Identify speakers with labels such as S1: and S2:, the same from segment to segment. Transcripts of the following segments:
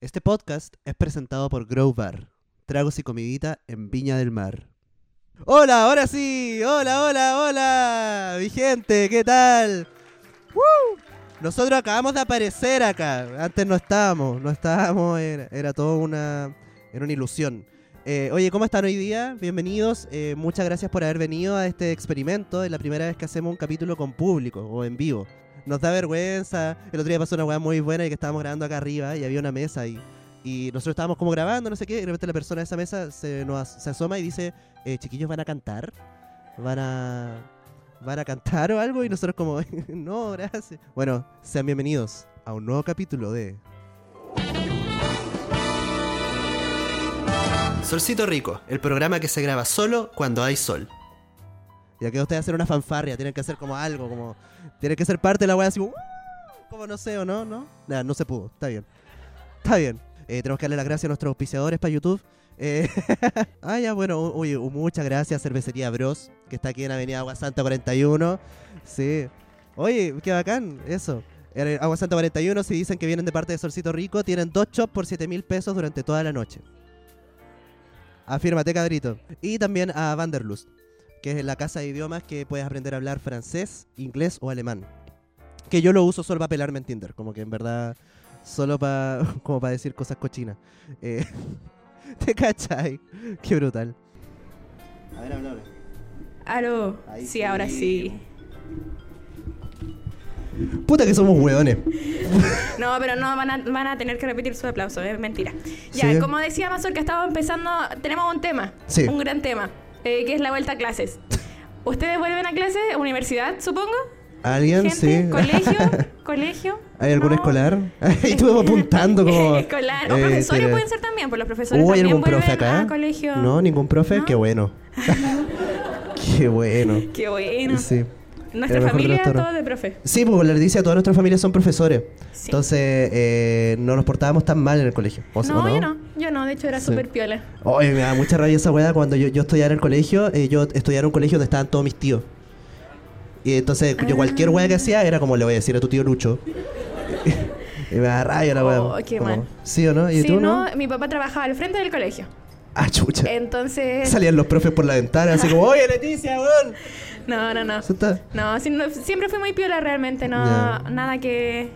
S1: Este podcast es presentado por Grow Bar, tragos y comidita en Viña del Mar. Hola, ahora sí, hola, hola, hola, mi gente, ¿qué tal? ¡Woo! Nosotros acabamos de aparecer acá, antes no estábamos, no estábamos, era, era todo una, era una ilusión. Eh, oye, ¿cómo están hoy día? Bienvenidos, eh, muchas gracias por haber venido a este experimento, es la primera vez que hacemos un capítulo con público o en vivo nos da vergüenza. El otro día pasó una weá muy buena y que estábamos grabando acá arriba y había una mesa y, y nosotros estábamos como grabando, no sé qué, y de repente la persona de esa mesa se, nos, as- se asoma y dice, eh, chiquillos, ¿van a cantar? ¿Van a, ¿Van a cantar o algo? Y nosotros como, no, gracias. Bueno, sean bienvenidos a un nuevo capítulo de... Solcito Rico, el programa que se graba solo cuando hay sol. Ya que ustedes hacer una fanfarria, tienen que hacer como algo, como tiene que ser parte de la weá así, ¡uh! como no sé o no, ¿no? Nah, no se pudo, está bien. Está bien. Eh, tenemos que darle las gracias a nuestros auspiciadores para YouTube. Eh, ah, ya, bueno, u- oye, u- muchas gracias, Cervecería Bros, que está aquí en Avenida Agua Santa 41. Sí. Oye, qué bacán, eso. En Agua Santa 41, si dicen que vienen de parte de Solcito Rico, tienen dos chops por 7 mil pesos durante toda la noche. Afírmate, cabrito. Y también a Vanderlust que es la casa de idiomas que puedes aprender a hablar francés, inglés o alemán. Que yo lo uso solo para pelarme en Tinder, como que en verdad solo para como para decir cosas cochinas. Eh, ¿Te cachai? Qué brutal. A ver, habla,
S2: Aló.
S1: Ahí
S2: sí, ahora sí.
S1: Puta que somos hueones.
S2: No, pero no van a, van a tener que repetir su aplauso, es mentira. Ya,
S1: Sí.
S2: como decía Mazor que estaba empezando, tenemos un tema,
S1: Sí.
S2: un gran tema, eh, que es la vuelta a clases. ¿Ustedes vuelven a clases? ¿Universidad, supongo?
S1: ¿Alguien?
S2: ¿Gente?
S1: Sí.
S2: ¿Colegio? ¿Colegio?
S1: ¿Hay algún
S2: No.
S1: escolar? Ahí estuvimos apuntando como.
S2: Escolar. O
S1: eh,
S2: profesores
S1: este-
S2: pueden ser también, pues los profesores
S1: ¿Hubo
S2: también
S1: algún
S2: vuelven
S1: profe acá?
S2: a colegio.
S1: No, ningún profe.
S2: No.
S1: Qué bueno. Qué bueno.
S2: Qué bueno.
S1: Sí.
S2: Nuestra
S1: El mejor de los
S2: familia,
S1: toros.
S2: todos de profe.
S1: Sí, porque les dice a todas nuestras familias son profesores.
S2: Sí.
S1: Entonces, eh, no nos portábamos tan mal en el colegio. ¿O s- o
S2: no, yo no, yo no, de hecho era
S1: Sí.
S2: súper piola.
S1: Oye, me da mucha rabia esa weá. Cuando yo, yo estudiaba en el colegio, eh, yo estudiaba en un colegio donde estaban todos mis tíos. Y entonces,
S2: Ah.
S1: yo cualquier weá que hacía era como le voy a decir a tu tío Lucho. y me da rabia la weá.
S2: Oh, qué
S1: Como,
S2: mal.
S1: ¿Sí o no? ¿Y
S2: si
S1: tú no?
S2: mi papá trabajaba al frente del colegio.
S1: Ah, chucha.
S2: Eh, Entonces.
S1: Salían los profes por la ventana, así como, oye, Leticia, weón.
S2: No, no, no.
S1: Senta.
S2: No, si- no, siempre fui muy piola realmente, no,
S1: Ya.
S2: nada que,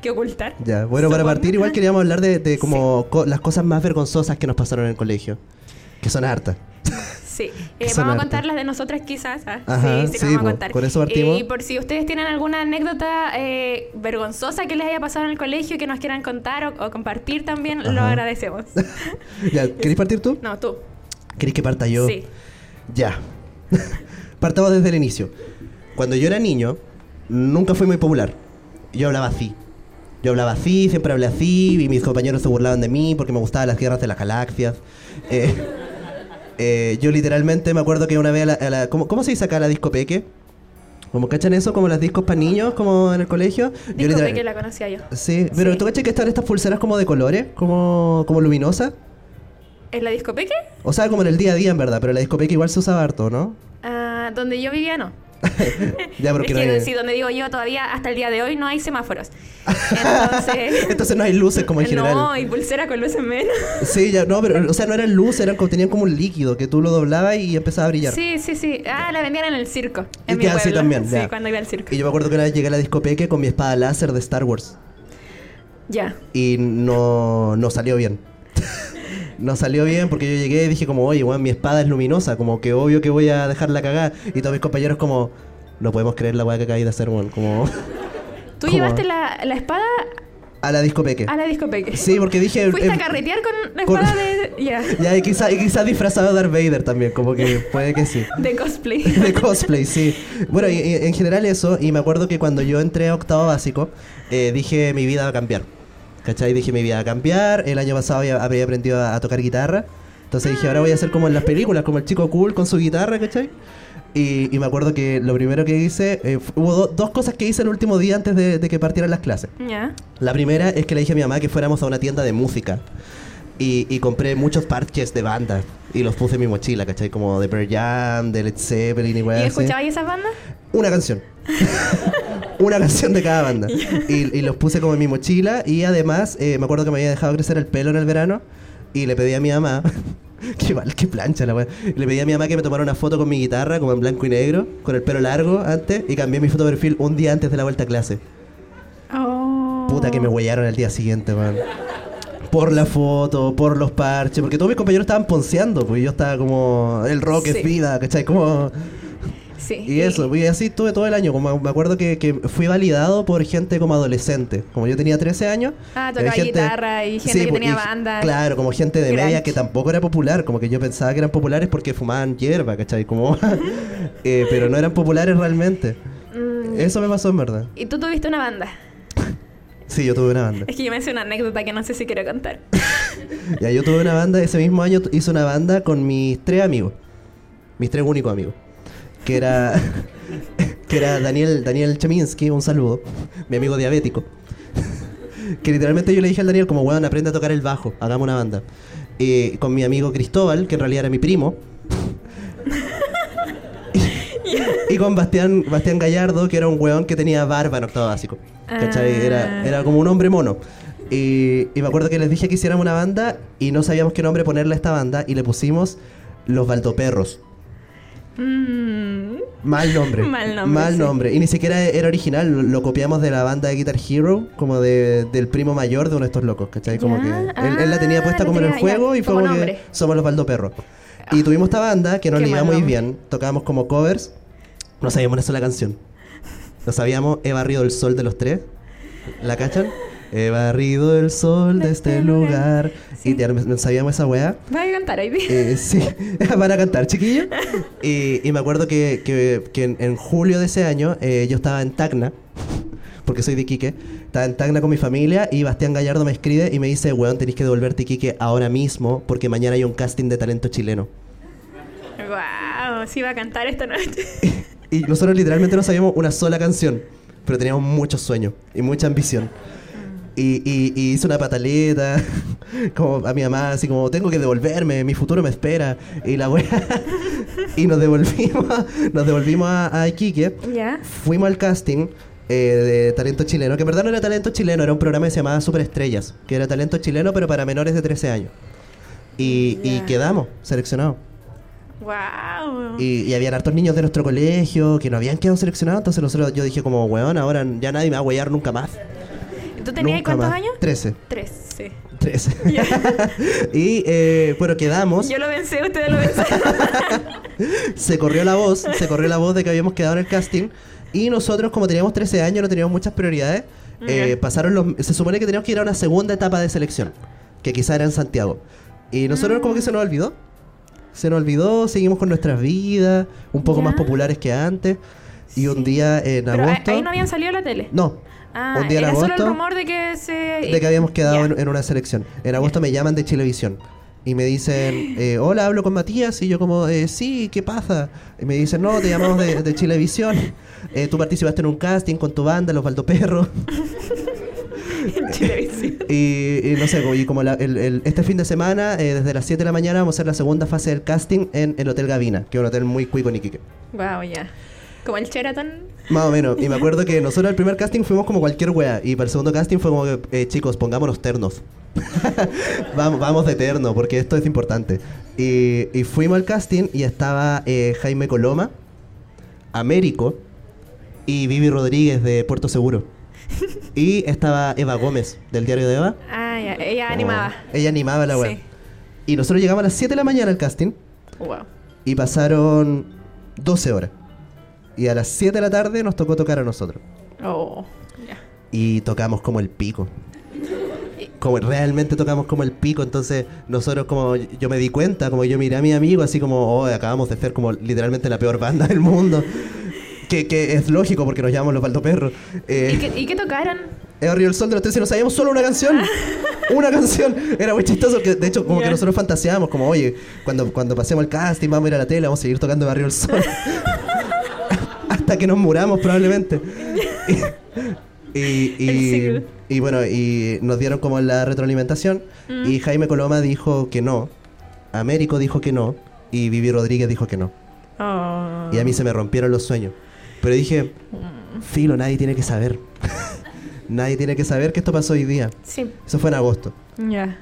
S2: que ocultar.
S1: Ya, bueno, para
S2: Supongo.
S1: partir igual queríamos hablar de, de como co- las cosas más vergonzosas que nos pasaron en el colegio. Que son hartas.
S2: Sí,
S1: Qué
S2: Eh, vamos
S1: sonarte.
S2: a contar las de nosotras quizás. ah,
S1: Ajá,
S2: sí, sí,
S1: sí,
S2: las vamos
S1: po,
S2: a contar.
S1: con eso partimos.
S2: Eh, y por si ustedes tienen alguna anécdota eh, vergonzosa que les haya pasado en el colegio y que nos quieran contar o, o compartir también, lo
S1: Ajá.
S2: agradecemos.
S1: Ya, ¿Querés partir tú?
S2: No, tú.
S1: ¿Querés que parta yo?
S2: Sí.
S1: Ya. Partamos desde el inicio. Cuando yo era niño, nunca fui muy popular. Yo hablaba así. Yo hablaba así, siempre hablé así, y mis compañeros se burlaban de mí porque me gustaban las guerras de las galaxias. Eh, eh, yo literalmente me acuerdo que una vez a la... a la- ¿cómo, cómo se dice acá la disco peque? ¿Cómo cachan eso? Como las discos para niños, como en el colegio. Yo
S2: Disculpe
S1: literal-
S2: que la conocía yo.
S1: Sí, pero
S2: Sí.
S1: ¿tú cachas que están estas pulseras como de colores? Como, como luminosas.
S2: ¿Es la discopeque?
S1: O sea, como en el día a día, en verdad, pero la discopeca igual se usaba harto, ¿no?
S2: Ah, donde yo vivía no.
S1: Ya, pero
S2: es
S1: que no
S2: que
S1: hay-
S2: sí, donde digo yo todavía hasta el día de hoy no hay semáforos. Entonces... eh,
S1: Entonces no hay luces como en general.
S2: No, y pulsera con luces menos.
S1: Sí, ya, no, pero, o sea, no eran luces, eran como, tenían como un líquido que tú lo doblabas y empezaba a brillar.
S2: Sí, sí, sí. Ah, la vendían en el circo.
S1: Y
S2: En mi
S1: que así
S2: pueblo.
S1: también,
S2: Sí,
S1: ya.
S2: cuando iba al circo.
S1: Y yo me acuerdo que una vez llegué a la discopeque con mi espada láser de Star Wars
S2: Ya.
S1: y no, no salió bien. No salió bien porque yo llegué y dije como, oye, weón, mi espada es luminosa, como que obvio que voy a dejarla cagar. Y todos mis compañeros como, no podemos creer la weá que acabáis de hacer, weón, como
S2: ¿Tú
S1: ¿Cómo?
S2: llevaste la, la espada
S1: a la discopeque.
S2: a la discopeque?
S1: Sí, porque dije...
S2: Ah, ¿Fuiste a
S1: eh,
S2: carretear con la
S1: con-
S2: espada de. Ya.
S1: Ya, y quizás y quizá disfrazado de Darth Vader también, como que puede que sí.
S2: De cosplay.
S1: De cosplay, sí. Bueno, y- y en general eso, y me acuerdo que cuando yo entré a octavo básico, eh, dije mi vida va a cambiar. ¿Cachai? Dije mi vida va a cambiar, el año pasado había, había aprendido a, a tocar guitarra, entonces dije ahora voy a ser como en las películas, como el chico cool con su guitarra, ¿cachai? Y, y me acuerdo que lo primero que hice, eh, fu- hubo do- dos cosas que hice el último día antes de, de que partieran las clases.
S2: Ya.
S1: La primera es que le dije a mi mamá que fuéramos a una tienda de música. Y, y compré muchos parches de bandas y los puse en mi mochila, ¿cachai? Como de Pearl Jam, de Led Zeppelin y weas
S2: ¿Y
S1: así.
S2: escuchabais esas bandas?
S1: Una canción. una canción de cada banda. Y, y los puse como en mi mochila. Y además, eh, me acuerdo que me había dejado crecer el pelo en el verano. Y le pedí a mi mamá. Qué mal, qué plancha la wea. Le pedí a mi mamá que me tomara una foto con mi guitarra, como en blanco y negro, con el pelo largo antes. Y cambié mi foto de perfil un día antes de la vuelta a clase.
S2: Oh.
S1: Puta que me huellaron el día siguiente, man. Por la foto, por los parches, porque todos mis compañeros estaban ponceando, pues y yo estaba como. El rock
S2: Sí.
S1: es vida, ¿cachai? Como.
S2: Sí.
S1: Y eso, pues, y así estuve todo el año. Como me acuerdo que, que fui validado por gente como adolescente. Como yo tenía 13 años.
S2: Ah,
S1: había
S2: tocaba guitarra y gente que
S1: pues,
S2: tenía
S1: y-
S2: banda.
S1: Claro, como gente de
S2: Grunge.
S1: media que tampoco era popular. Como que yo pensaba que eran populares porque fumaban hierba, ¿cachai? Como. eh, pero no eran populares realmente.
S2: Mm,
S1: Eso me pasó en verdad.
S2: ¿Y tú tuviste una banda?
S1: Sí, yo tuve una banda.
S2: Es que yo me hice una anécdota que no sé si quiero contar.
S1: Ya, yo tuve una banda, ese mismo año t- hice una banda con mis tres amigos. Mis tres únicos amigos. Que era. que era Daniel, Daniel Cheminsky, un saludo. Mi amigo diabético. que literalmente yo le dije al Daniel, como weón, aprende a tocar el bajo, hagamos una banda. Eh, con mi amigo Cristóbal, que en realidad era mi primo. y, y con Bastián, Bastián Gallardo, que era un weón que tenía barba en octavo básico. ¿Cachai? Era,
S2: Ah.
S1: era como un hombre mono. Y, y me acuerdo que les dije que hiciéramos una banda y no sabíamos qué nombre ponerle a esta banda y le pusimos Los Baldoperros.
S2: Mm,
S1: Mal nombre.
S2: Mal nombre,
S1: Mal
S2: sí.
S1: nombre. Y ni siquiera era original, lo, lo copiamos de la banda de Guitar Hero, como de, del primo mayor de uno de estos locos, ¿cachai? Como
S2: Ya,
S1: que él, él la
S2: ah,
S1: tenía puesta
S2: la
S1: como en el
S2: tenía, ya,
S1: juego y fue
S2: como
S1: como que
S2: nombre. Ah,
S1: somos los Baldoperros. Y tuvimos esta banda que nos
S2: Qué
S1: le iba
S2: mal
S1: muy
S2: nombre.
S1: bien, tocábamos como covers, no sabíamos una sola canción. No sabíamos He barrido el sol de los tres. ¿La cachan? He barrido el sol de este lugar. Y ya no sabíamos esa weá.
S2: ¿Vas a cantar hoy día?
S1: Eh, sí, van a cantar, chiquillos. Y, y me acuerdo que, que- que en, en julio de ese año eh, yo estaba en Tacna, porque soy de Iquique. Estaba en Tacna con mi familia y Bastián Gallardo me escribe y me dice, weón, tenés que devolverte a Iquique ahora mismo porque mañana hay un casting de talento chileno.
S2: Wow, sí va a cantar esta noche.
S1: Y nosotros literalmente no sabíamos una sola canción, pero teníamos muchos sueños y mucha ambición. Y, y- y hice una pataleta como a mi mamá, así como, tengo que devolverme, mi futuro me espera. Y la wea. y nos devolvimos, nos devolvimos a, a Iquique.
S2: Ya.
S1: Fuimos al casting eh, de talento chileno, que en verdad no era talento chileno, era un programa que se llamaba Superestrellas, que era talento chileno, pero para menores de 13 años. Y, y
S2: Ya.
S1: quedamos seleccionados.
S2: Wow.
S1: Y, y habían hartos niños de nuestro colegio que no habían quedado seleccionados, entonces nosotros, yo dije como, weón, ahora ya nadie me va a huellar nunca más.
S2: ¿Tú tenías
S1: Nunca
S2: cuántos
S1: más.
S2: años?
S1: Trece.
S2: Tres, sí.
S1: Trece. y, eh, bueno, quedamos.
S2: Yo lo vencé, ustedes lo vencieron.
S1: Se corrió la voz, se corrió la voz de que habíamos quedado en el casting. Y nosotros, como teníamos 13 años, no teníamos muchas prioridades. eh,
S2: Ya.
S1: pasaron los, se supone que teníamos que ir a una segunda etapa de selección, que quizá era en Santiago. Y nosotros como que se nos
S2: Mm.
S1: olvidó. Se nos olvidó, seguimos con nuestras vidas, un poco
S2: Ya.
S1: más populares que antes. Y un día en
S2: Pero ahí,
S1: agosto...
S2: ahí no habían salido a la tele.
S1: No.
S2: Ah,
S1: un día en
S2: era solo el
S1: agosto
S2: rumor de que se.
S1: de que habíamos quedado
S2: Ya.
S1: en, en una selección. En agosto me llaman de Chilevisión y me dicen, eh, hola, hablo con Matías. Y yo como, eh, sí, ¿qué pasa? Y me dicen, no, te llamamos de, de Chilevisión. Eh, tú participaste en un casting con tu banda, Los Baldoperros.
S2: en televisión.
S1: Y, y no sé, como- y como la- el- el- este fin de semana, eh, desde las 7 de la mañana, vamos a hacer la segunda fase del casting en el Hotel Gavina, que es un hotel muy cuico en Iquique.
S2: Wow, ya. Como el Sheraton.
S1: Más o menos. Y me acuerdo que nosotros al primer casting fuimos como cualquier wea. Y para el segundo casting fue como que, eh, chicos, pongámonos ternos. vamos, vamos de terno, porque esto es importante. Y, y fuimos al casting y estaba eh, Jaime Coloma, Américo y Vivi Rodríguez de Puerto Seguro. Y estaba Eva Gómez, del diario de Eva.
S2: Ah, ya. Ella
S1: Oh.
S2: animaba.
S1: Ella animaba la wea.
S2: Sí.
S1: Y nosotros llegamos a las 7 de la mañana al casting
S2: Wow.
S1: y pasaron 12 horas. Y a las 7 de la tarde nos tocó tocar a nosotros.
S2: Oh, ya.
S1: y tocamos como el pico. Como realmente tocamos como el pico, entonces nosotros como yo me di cuenta, como yo miré a mi amigo así como, oh, acabamos de ser como literalmente la peor banda del mundo. Que, que es lógico porque nos llamamos los baldoperros.
S2: ¿Y,
S1: Eh,
S2: qué, y qué tocaron?
S1: es horrible el sol de los tres y nos sabíamos solo una canción. Una canción. Era muy chistoso porque de hecho como que
S2: Ya.
S1: nosotros fantaseábamos como, oye, cuando, cuando pasemos el casting vamos a ir a la tele, vamos a seguir tocando Barrio el Sol. Hasta que nos muramos probablemente. Y, y,
S2: ciclo.
S1: y bueno, y nos dieron como la retroalimentación
S2: Mm.
S1: y Jaime Coloma dijo que no, Américo dijo que no y Vivi Rodríguez dijo que no.
S2: Oh.
S1: Y a mí se me rompieron los sueños. Pero dije, Filo, nadie tiene que saber. nadie tiene que saber que esto pasó hoy día.
S2: Sí.
S1: Eso fue en agosto.
S2: Ya.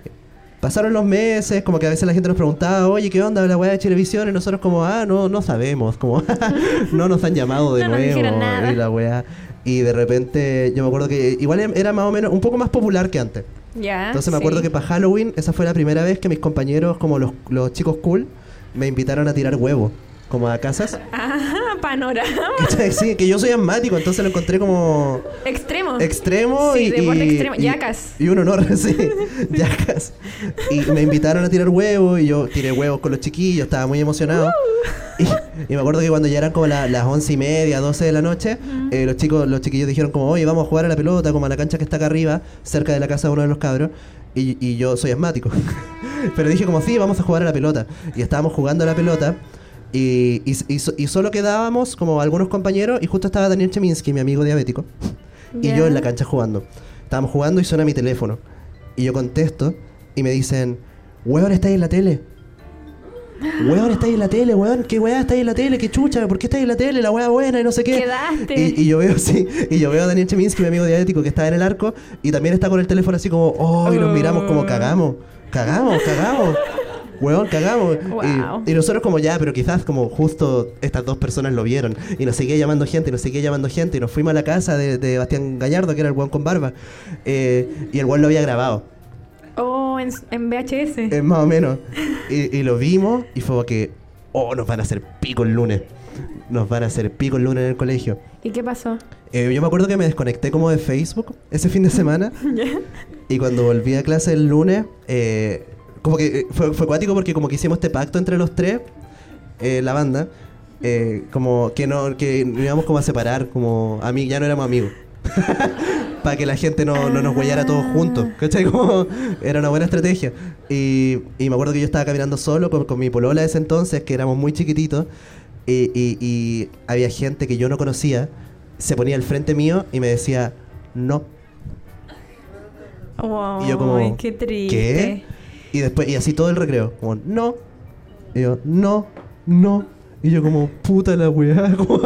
S1: Pasaron los meses, como que a veces la gente nos preguntaba, oye, ¿qué onda la weá de Chilevisión? Y nosotros como, ah, no, no sabemos, como, no nos han llamado de
S2: No nos
S1: nuevo.
S2: dijeron nada.
S1: Y la weá. Y de repente, yo me acuerdo que igual em, era más o menos, un poco más popular que antes.
S2: Ya.
S1: Entonces me acuerdo
S2: Ah, sí.
S1: que para Halloween, esa fue la primera vez que mis compañeros, como los, los chicos cool, me invitaron a tirar huevos, como a casas.
S2: Ajá, Ah, panorama.
S1: ¿Cachai? sí, que yo soy asmático, entonces lo encontré como
S2: Extremo.
S1: extremo
S2: Sí,
S1: y,
S2: deporte
S1: y-
S2: extremo.
S1: y-
S2: Yacas.
S1: y un honor, sí, yacas. Y me invitaron a tirar huevos y yo tiré huevos con los chiquillos, estaba muy emocionado.
S2: Uh.
S1: Y, y me acuerdo que cuando ya eran como la- las once y media, doce de la noche, eh, los chicos, los chiquillos dijeron como, oye, vamos a jugar a la pelota, como a la cancha que está acá arriba, cerca de la casa de uno de los cabros. Y, y yo soy asmático. Pero dije como, sí, vamos a jugar a la pelota. Y estábamos jugando a la pelota. Y, y, y so- y solo quedábamos como algunos compañeros y justo estaba Daniel Cheminsky, mi amigo diabético y
S2: Ya.
S1: yo en la cancha jugando. Estábamos jugando y suena mi teléfono. Y yo contesto y me dicen, weón, estáis en la tele. Weón, estáis en la tele, weón, qué weá, estáis en la tele, qué chucha, ¿por qué estáis en la tele? La weá buena y no sé qué.
S2: Quedaste.
S1: Y, y yo veo, sí, y yo veo a Daniel Cheminsky, mi amigo diabético, que está en el arco, y también está con el teléfono así como, oh, y nos miramos como cagamos, cagamos, cagamos. Weón, cagamos. Y-
S2: Wow.
S1: Y, nosotros como ya, pero quizás como justo estas dos personas lo vieron. Y nos seguía llamando gente, y nos seguía llamando gente. Y nos fuimos a la casa de, de Bastián Gallardo, que era el weón con barba. eh, y el weón lo había grabado.
S2: Oh, en, en VHS.
S1: Eh, más o menos. Y, y lo vimos y fue como que, oh, nos van a hacer pico el lunes. Nos van a hacer pico el lunes en el colegio.
S2: ¿Y qué pasó?
S1: Eh, yo me acuerdo que me desconecté como de Facebook ese fin de semana. y cuando volví a clase el lunes, eh, como que eh, fue, fue cuático porque como que hicimos este pacto entre los tres, eh, la banda, eh, como que no, que nos íbamos como a separar, como a mí ya no éramos amigos. Para que la gente no, no nos huellara todos juntos. ¿Cachai? Como era una buena estrategia. Y, y me acuerdo que yo estaba caminando solo con, con mi polola de ese entonces, que éramos muy chiquititos. Y, y- y había gente que yo no conocía, se ponía al frente mío y me decía, no.
S2: Wow.
S1: Y yo como,
S2: ay, qué triste.
S1: Y después, y así todo el recreo, como, no. Y yo, no, no. Y yo como, puta la weá, como,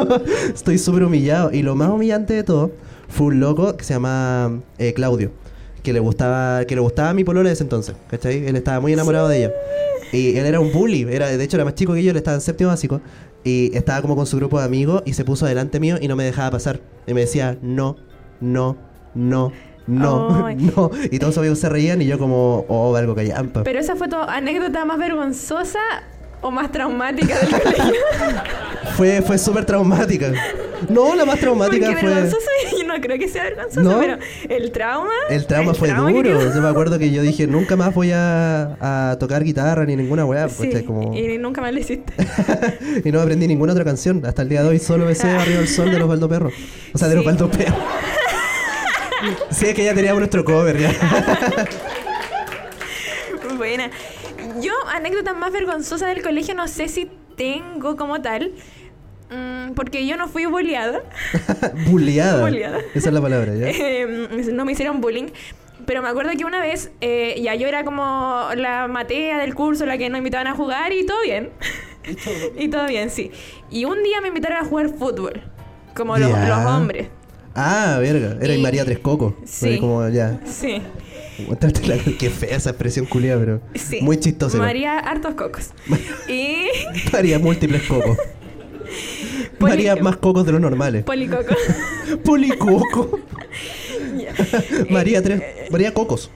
S1: estoy súper humillado. Y lo más humillante de todo fue un loco que se llama eh, Claudio, que le gustaba, que le gustaba a mi polola de ese entonces, ¿cachai? Él estaba muy enamorado de ella. Y él era un bully, era, de hecho era más chico que yo, él estaba en séptimo básico. Y estaba como con su grupo de amigos y se puso delante mío y no me dejaba pasar. Y me decía, no, no, no, no,
S2: Ay.
S1: no. Y todos sus amigos se reían y yo como, oh, algo callampa.
S2: Pero esa fue tu anécdota más vergonzosa o más traumática del colegio.
S1: Fue, fue súper traumática. No, la más traumática
S2: Porque
S1: fue...
S2: vergonzosa, yo no creo que sea vergonzosa,
S1: No.
S2: pero el trauma.
S1: El trauma fue
S2: trauma que
S1: duro.
S2: quedó-
S1: Yo me acuerdo que yo dije, nunca más voy a, a tocar guitarra ni ninguna weá. pues,
S2: Sí,
S1: ¿cachai? Como- Y...
S2: y nunca más lo hiciste.
S1: no aprendí ninguna otra canción. Hasta el día de hoy solo me sé Arriba el Sol de los Baldo Perro. O sea, de los
S2: Sí.
S1: Baldo Perro. sí, es que ya teníamos nuestro cover. Ya.
S2: Buena. Yo, anécdota más vergonzosa del colegio, no sé si tengo como tal. mm, Porque yo no fui boleada.
S1: Bulleada.
S2: Bulleada.
S1: Esa es la palabra, ¿ya?
S2: Eh, no me hicieron bullying. Pero me acuerdo que una vez eh, ya yo era como la matea del curso, la que nos invitaban a jugar y todo bien. y todo bien, sí. Y un día me invitaron a jugar fútbol, como los-
S1: Ya.
S2: los hombres.
S1: Ah, verga. Era
S2: Y-
S1: y... María Tres Cocos.
S2: Sí.
S1: Era Como ya.
S2: Sí.
S1: Encontraste la- Qué fea esa expresión culia, pero.
S2: Sí.
S1: Muy chistosa. igual.
S2: María hartos cocos. y
S1: María múltiples cocos.
S2: Poli-
S1: María más cocos de los normales.
S2: policoco.
S1: Policoco.
S2: Ya. Eh,
S1: María tres. María Cocos.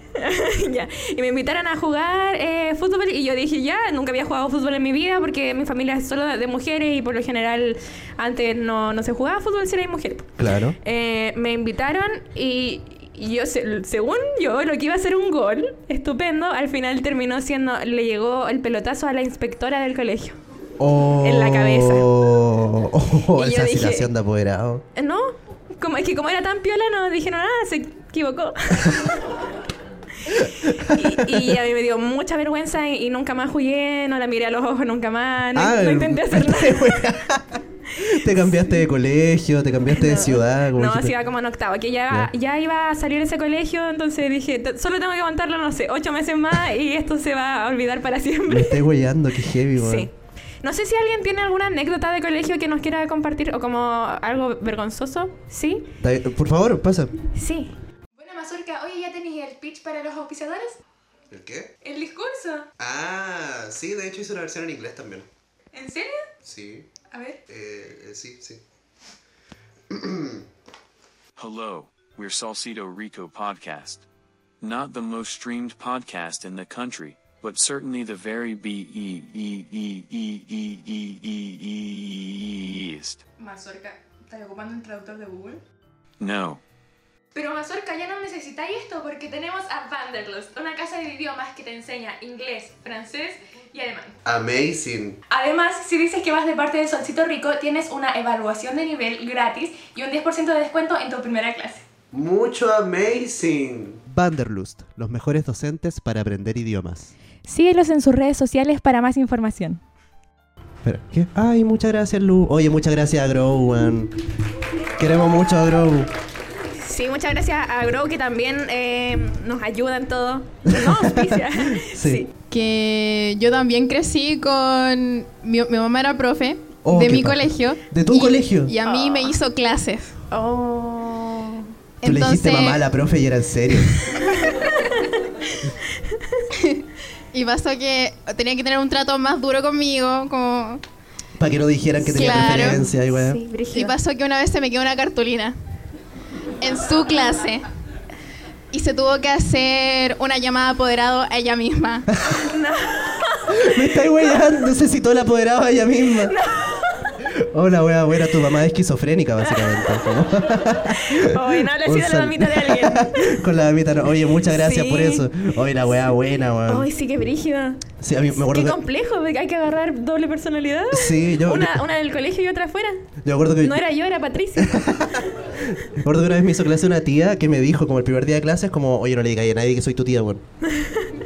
S2: Ya. Y me invitaron a jugar eh, fútbol y yo dije, ya, nunca había jugado fútbol en mi vida porque mi familia es solo de mujeres y por lo general antes no, no se jugaba fútbol si era mujer.
S1: Claro.
S2: Eh, me invitaron y y yo, se- según yo, lo que iba a ser un gol, estupendo, al final terminó siendo, le llegó el pelotazo a la inspectora del colegio.
S1: Oh,
S2: En la cabeza.
S1: Oh,
S2: Y yo
S1: esa
S2: dije-
S1: situación de apoderado.
S2: Eh, No, como, es que como era tan piola, no dijeron, ah, se equivocó. y, y a mí me dio mucha vergüenza y, y nunca más jugué, no la miré a los ojos nunca más, no,
S1: Ah,
S2: no intenté hacer nada.
S1: nada. te cambiaste de colegio, te cambiaste de ciudad. como
S2: No,
S1: dijiste.
S2: si iba como en octavo, que ya, ya iba a salir ese colegio, entonces dije, "T- solo tengo que aguantarlo, no sé, ocho meses más y esto se va a olvidar para
S1: Me
S2: siempre.
S1: estoy huellando, qué heavy, weón.
S2: sí.
S3: No sé si alguien tiene alguna anécdota de colegio que nos quiera compartir o como algo vergonzoso. ¿Sí?
S1: Está bien, Por favor, pasa.
S3: Sí.
S2: Bueno, Mazurka, oye, ¿ya tenéis el pitch para los auspiciadores?
S4: ¿El qué?
S2: ¿El discurso?
S4: Ah, sí, de hecho hice una versión en inglés también.
S2: ¿En serio?
S4: Sí,
S2: A ver.
S4: eh, eh, sí, sí.
S5: Hello, we're Salcedo Rico Podcast. Not the most streamed podcast in the country, but certainly the very be e e e e e e e east.
S2: Mazurka, ¿estás ocupando el traductor de Google?
S5: No,
S2: Pero Mazurka, ya no necesitáis esto porque tenemos a Vanderlust, una casa de idiomas que te enseña inglés, francés y alemán.
S4: Amazing.
S2: Además, si dices que vas de parte de Solcito Rico, tienes una evaluación de nivel gratis y un 10% de descuento en tu primera clase.
S4: Mucho amazing.
S1: Vanderlust, los mejores docentes para aprender idiomas.
S6: Síguelos en sus redes sociales para más información.
S1: Espera, ¿qué? Ay, muchas gracias, Lu. Oye, muchas gracias a Growan. Queremos mucho a Grow.
S3: Sí, muchas gracias a Grow que también eh, nos ayuda en todo. No, auspicia. sí.
S7: que yo también crecí con... Mi, mi mamá era profe
S1: Oh,
S7: de
S1: qué
S7: mi
S1: paja.
S7: colegio.
S1: ¿De tu
S7: y-
S1: colegio?
S7: Y a mí me
S8: Ah.
S7: hizo clases.
S3: Oh.
S1: Tú le dijiste mamá a la profe y era en serio.
S7: Y pasó que tenía que tener un trato más duro conmigo, como...
S1: Para que no dijeran que tenía
S7: Claro.
S1: preferencia y weá.
S3: Sí,
S7: Y
S3: brígido.
S7: pasó que una vez se me quedó una cartulina en su clase. Y se tuvo que hacer una llamada apoderado a ella misma.
S1: Me está weyando, se citó la apoderada ella misma. Hola, wea, wea, tu mamá es esquizofrénica, básicamente.
S3: Oye, no le
S1: Un
S3: sido la
S1: sal-
S3: mamita de alguien.
S1: Con la mamita, no. Oye, muchas gracias
S3: Sí.
S1: por eso. Oye, la wea buena, weón.
S3: Ay, sí, qué brígido.
S1: Sí, a mí me
S3: Qué
S1: acuerdo que,
S3: complejo, porque hay que agarrar doble personalidad.
S1: Sí, yo-
S3: Una,
S1: yo-
S3: una del colegio y otra afuera.
S1: yo me acuerdo que
S3: No era yo, era Patricia.
S1: Me acuerdo que una vez me hizo clase una tía que me dijo, como el primer día de clases, como, oye, no le digáis a nadie que soy tu tía, weón.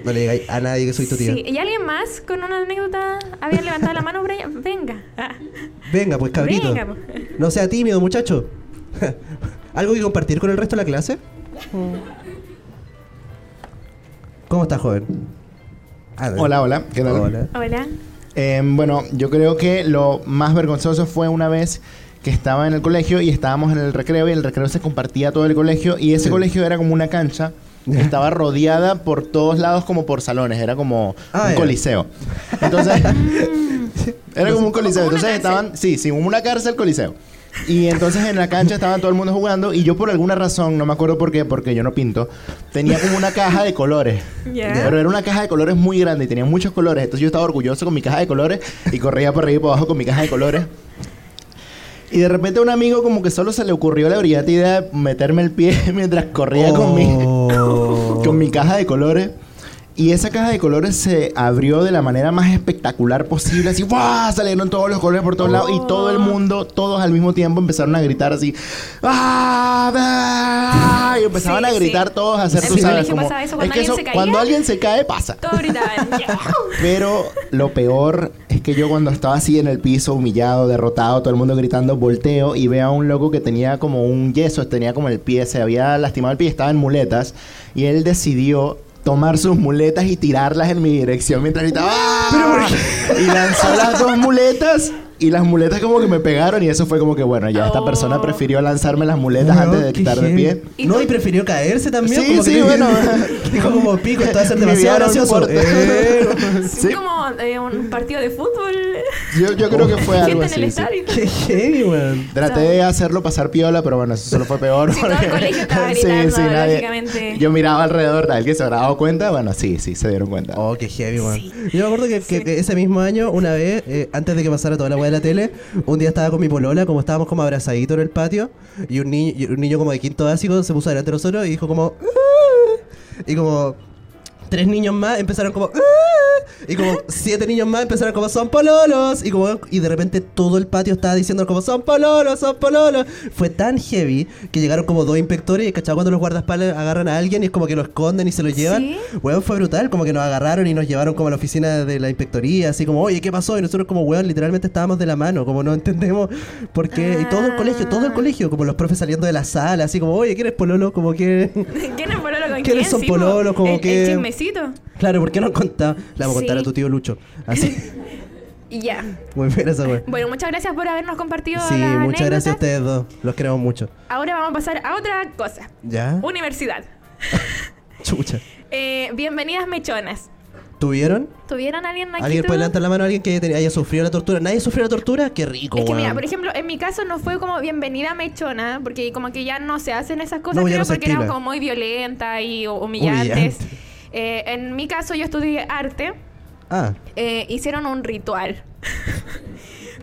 S1: No le digáis a nadie que soy tu tía.
S3: Sí, ¿y alguien más con una anécdota había levantado la mano? Brian? Venga. Ah.
S1: Venga, pues cabrito.
S3: Venga, pues.
S1: No sea tímido, muchacho. ¿Algo que compartir con el resto de la clase? ¿Cómo estás, joven? Ah, no.
S9: Hola, hola, ¿qué tal?
S1: Hola.
S3: Hola.
S9: Eh, bueno, yo creo que lo más vergonzoso fue una vez que estaba en el colegio y estábamos en el recreo y el recreo se compartía todo el colegio y ese
S1: Sí.
S9: colegio era como una cancha. que Estaba rodeada por todos lados como por salones, era como
S1: Ah,
S9: un
S1: ya.
S9: coliseo. Entonces, era como un coliseo.
S3: Como una
S9: Entonces
S3: cárcel.
S9: estaban, sí, sí, como una cárcel, coliseo. Y entonces en la cancha estaban todo el mundo jugando y yo por alguna razón, no me acuerdo por qué, porque yo no pinto, tenía como una caja de colores.
S3: Ya.
S9: Pero era una caja de colores muy grande y tenía muchos colores. Entonces yo estaba orgulloso con mi caja de colores y corría por arriba y por abajo con mi caja de colores. Y de repente a un amigo como que solo se le ocurrió la brillante idea de meterme el pie mientras corría con, mi,
S1: Oh.
S9: con mi caja de colores. Y esa caja de colores se abrió de la manera más espectacular posible. Así, ¡guau! Salieron todos los colores por todos lados. Y todo
S3: Ah.
S9: el mundo, todos al mismo tiempo, empezaron a gritar así. ¡Ah! ¡Ah! Y empezaban
S3: Sí,
S9: a gritar
S3: sí.
S9: todos, a hacer,
S3: En
S9: tú
S3: mi
S9: sabes,
S3: colegio
S9: como...
S3: pasaba eso, cuando
S9: es que
S3: alguien
S9: eso,
S3: se caía.
S9: cuando alguien se cae, pasa.
S3: Todos gritaban. ya.
S9: Pero lo peor es que yo cuando estaba así en el piso, humillado, derrotado, todo el mundo gritando, volteo y veo a un loco que tenía como un yeso, tenía como el pie, se había lastimado el pie, estaba en muletas y él decidió tomar sus muletas y tirarlas en mi dirección mientras gritaba "¡Ah!". y lanzó las dos muletas y las muletas como que me pegaron y eso fue como que bueno ya esta
S3: Oh.
S9: persona prefirió lanzarme las muletas
S1: Weón,
S9: antes de
S1: qué
S9: quitarme el
S1: heavy.
S9: pie
S1: No, y prefirió caerse también.
S9: Sí,
S1: como que
S9: sí,
S1: le-
S9: bueno.
S1: Dijo como pico, esto va a ser
S9: Mi vida
S1: demasiado
S9: era un
S1: gracioso.
S9: deporte.
S1: Eh,
S9: Sí,
S3: Es como eh, un partido de fútbol.
S9: yo, yo creo que fue
S3: Gente
S9: algo
S3: en
S9: así
S3: el
S9: sí.
S3: estadio.
S1: qué heavy, weón.
S9: Traté de hacerlo pasar piola, pero bueno, eso solo fue peor.
S3: Sí, todo el colegio estaba gritando, lógicamente.
S9: Yo miraba alrededor, ¿alguien se habrá dado cuenta? Bueno, sí, sí, se dieron cuenta.
S1: Oh, qué heavy, weón. Yo me acuerdo que, que- que ese mismo año, una vez, eh, antes de que pasara toda la weá de la tele, un día estaba con mi polola, como estábamos como abrazaditos en el patio, y un niño, y un niño como de quinto básico se puso delante de nosotros y dijo como... "Ah", Y como... Tres niños más empezaron como... "Ah", Y como siete niños más empezaron como son pololos. Y como y de repente todo el patio estaba diciendo como son pololos, son pololos. Fue tan heavy que llegaron como dos inspectores y cachado cuando los guardaespaldas agarran a alguien y es como que lo esconden y se lo llevan.
S3: Sí.
S1: Weón, fue brutal, como que nos agarraron y nos llevaron como a la oficina de la inspectoría, así como, oye, ¿qué pasó? Y nosotros como, weón, literalmente estábamos de la mano, como no entendemos por qué. Y todo el colegio, todo el colegio, como los profes saliendo de la sala, así como, oye, ¿quién es Pololo? Como que...
S3: ¿Quiénes pololo con
S1: ¿Quiénes
S3: quién?
S1: son
S3: Sí, po.
S1: pololos? Como
S3: el,
S1: que-
S3: el chismecito.
S1: Claro, ¿por qué no contaba? Le vamos a contar
S3: Sí.
S1: a tu tío Lucho. Así.
S3: Ya.
S1: Muy bien esa wea.
S3: Bueno, muchas gracias por habernos compartido.
S1: Sí,
S3: las
S1: muchas gracias a ustedes
S3: anécdotas.
S1: dos. Los queremos mucho.
S3: Ahora vamos a pasar a otra cosa.
S1: ¿Ya?
S3: Universidad.
S1: Chucha.
S3: Eh, bienvenidas mechonas.
S1: ¿Tuvieron?
S3: ¿Tuvieron alguien aquí?
S1: ¿Alguien
S3: tú?
S1: puede levantar la mano? ¿Alguien que haya, haya sufrido la tortura? ¿Nadie sufrió la tortura? ¡Qué rico,
S3: Es que mira,
S1: weón.
S3: por ejemplo, en mi caso no fue como bienvenida mechona, porque como que ya no se hacen esas cosas,
S1: No, ya
S3: creo,
S1: no se
S3: porque eran
S1: estila.
S3: como muy violenta y hu- humillantes.
S1: Humillante.
S3: Eh, en mi caso yo estudié arte,
S1: Ah,
S3: eh, hicieron un ritual,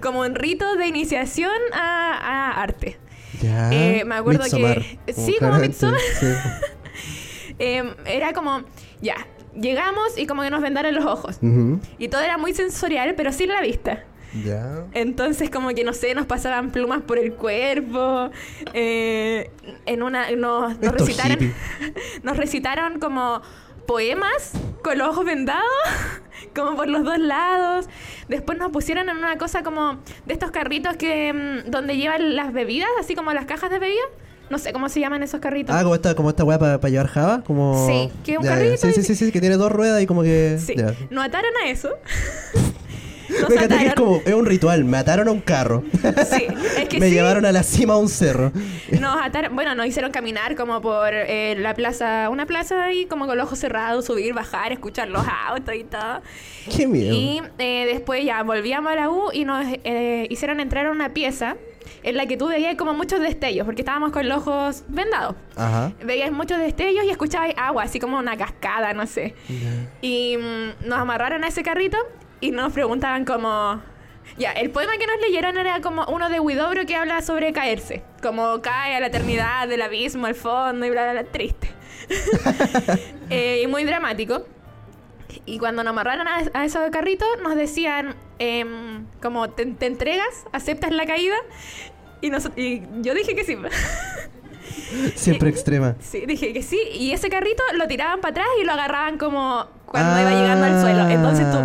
S3: como un rito de iniciación a, a arte.
S1: ya.
S3: Eh, me acuerdo que-
S1: Midsommar.
S3: sí, como
S1: claramente,
S3: Midsommar.
S1: sí.
S3: Eh, era como, ya, llegamos y como que nos vendaron los ojos.
S1: Ujú,
S3: Y todo era muy sensorial, pero sin la vista.
S1: Ya.
S3: Entonces, como que no sé, nos pasaban plumas por el cuerpo. eh, en una. Nos, nos
S1: Esto es
S3: recitaron.
S1: hippie.
S3: Nos recitaron como poemas con los ojos vendados, como por los dos lados. Después nos pusieron en una cosa como de estos carritos que mm, donde llevan las bebidas, así como las cajas de bebidas. No sé cómo se llaman esos carritos.
S1: Ah, como esta, como esta weá para llevar Java, como...
S3: Sí, que un
S1: Ya, ya.
S3: carrito
S1: Sí,
S3: y-
S1: sí, sí, sí, que tiene dos ruedas y como que...
S3: sí.
S1: ya.
S3: Nos ataron a eso. Nos
S1: Me encanta que es
S3: ataron-
S1: como, es un ritual, me ataron a un carro,
S3: Sí, es que
S1: me
S3: sí.
S1: llevaron a la cima de un cerro.
S3: Nos ataron, bueno, nos hicieron caminar como por eh, la plaza, una plaza ahí como con los ojos cerrados, subir, bajar, escuchar los autos y todo.
S1: Qué miedo.
S3: Y eh, después ya volvíamos a la U y nos eh, hicieron entrar a una pieza en la que tú veías como muchos destellos, porque estábamos con los ojos vendados.
S1: Ajá.
S3: Veías muchos destellos y escuchabas agua, así como una cascada, no sé. Y mm, nos amarraron a ese carrito y nos preguntaban como... Ya, el poema que nos leyeron era como uno de Huidobro que habla sobre caerse. Como cae a la eternidad, del abismo, al fondo y bla, bla, bla. Triste. Eh, y muy dramático. Y cuando nos amarraron a, a esos carritos, nos decían em, como, te, te entregas? ¿Aceptas la caída? Y, nos, y yo dije que sí.
S1: Siempre extrema.
S3: Sí, dije que sí. Y ese carrito lo tiraban para atrás y lo agarraban como cuando
S1: Ah.
S3: iba llegando al suelo. Entonces tú,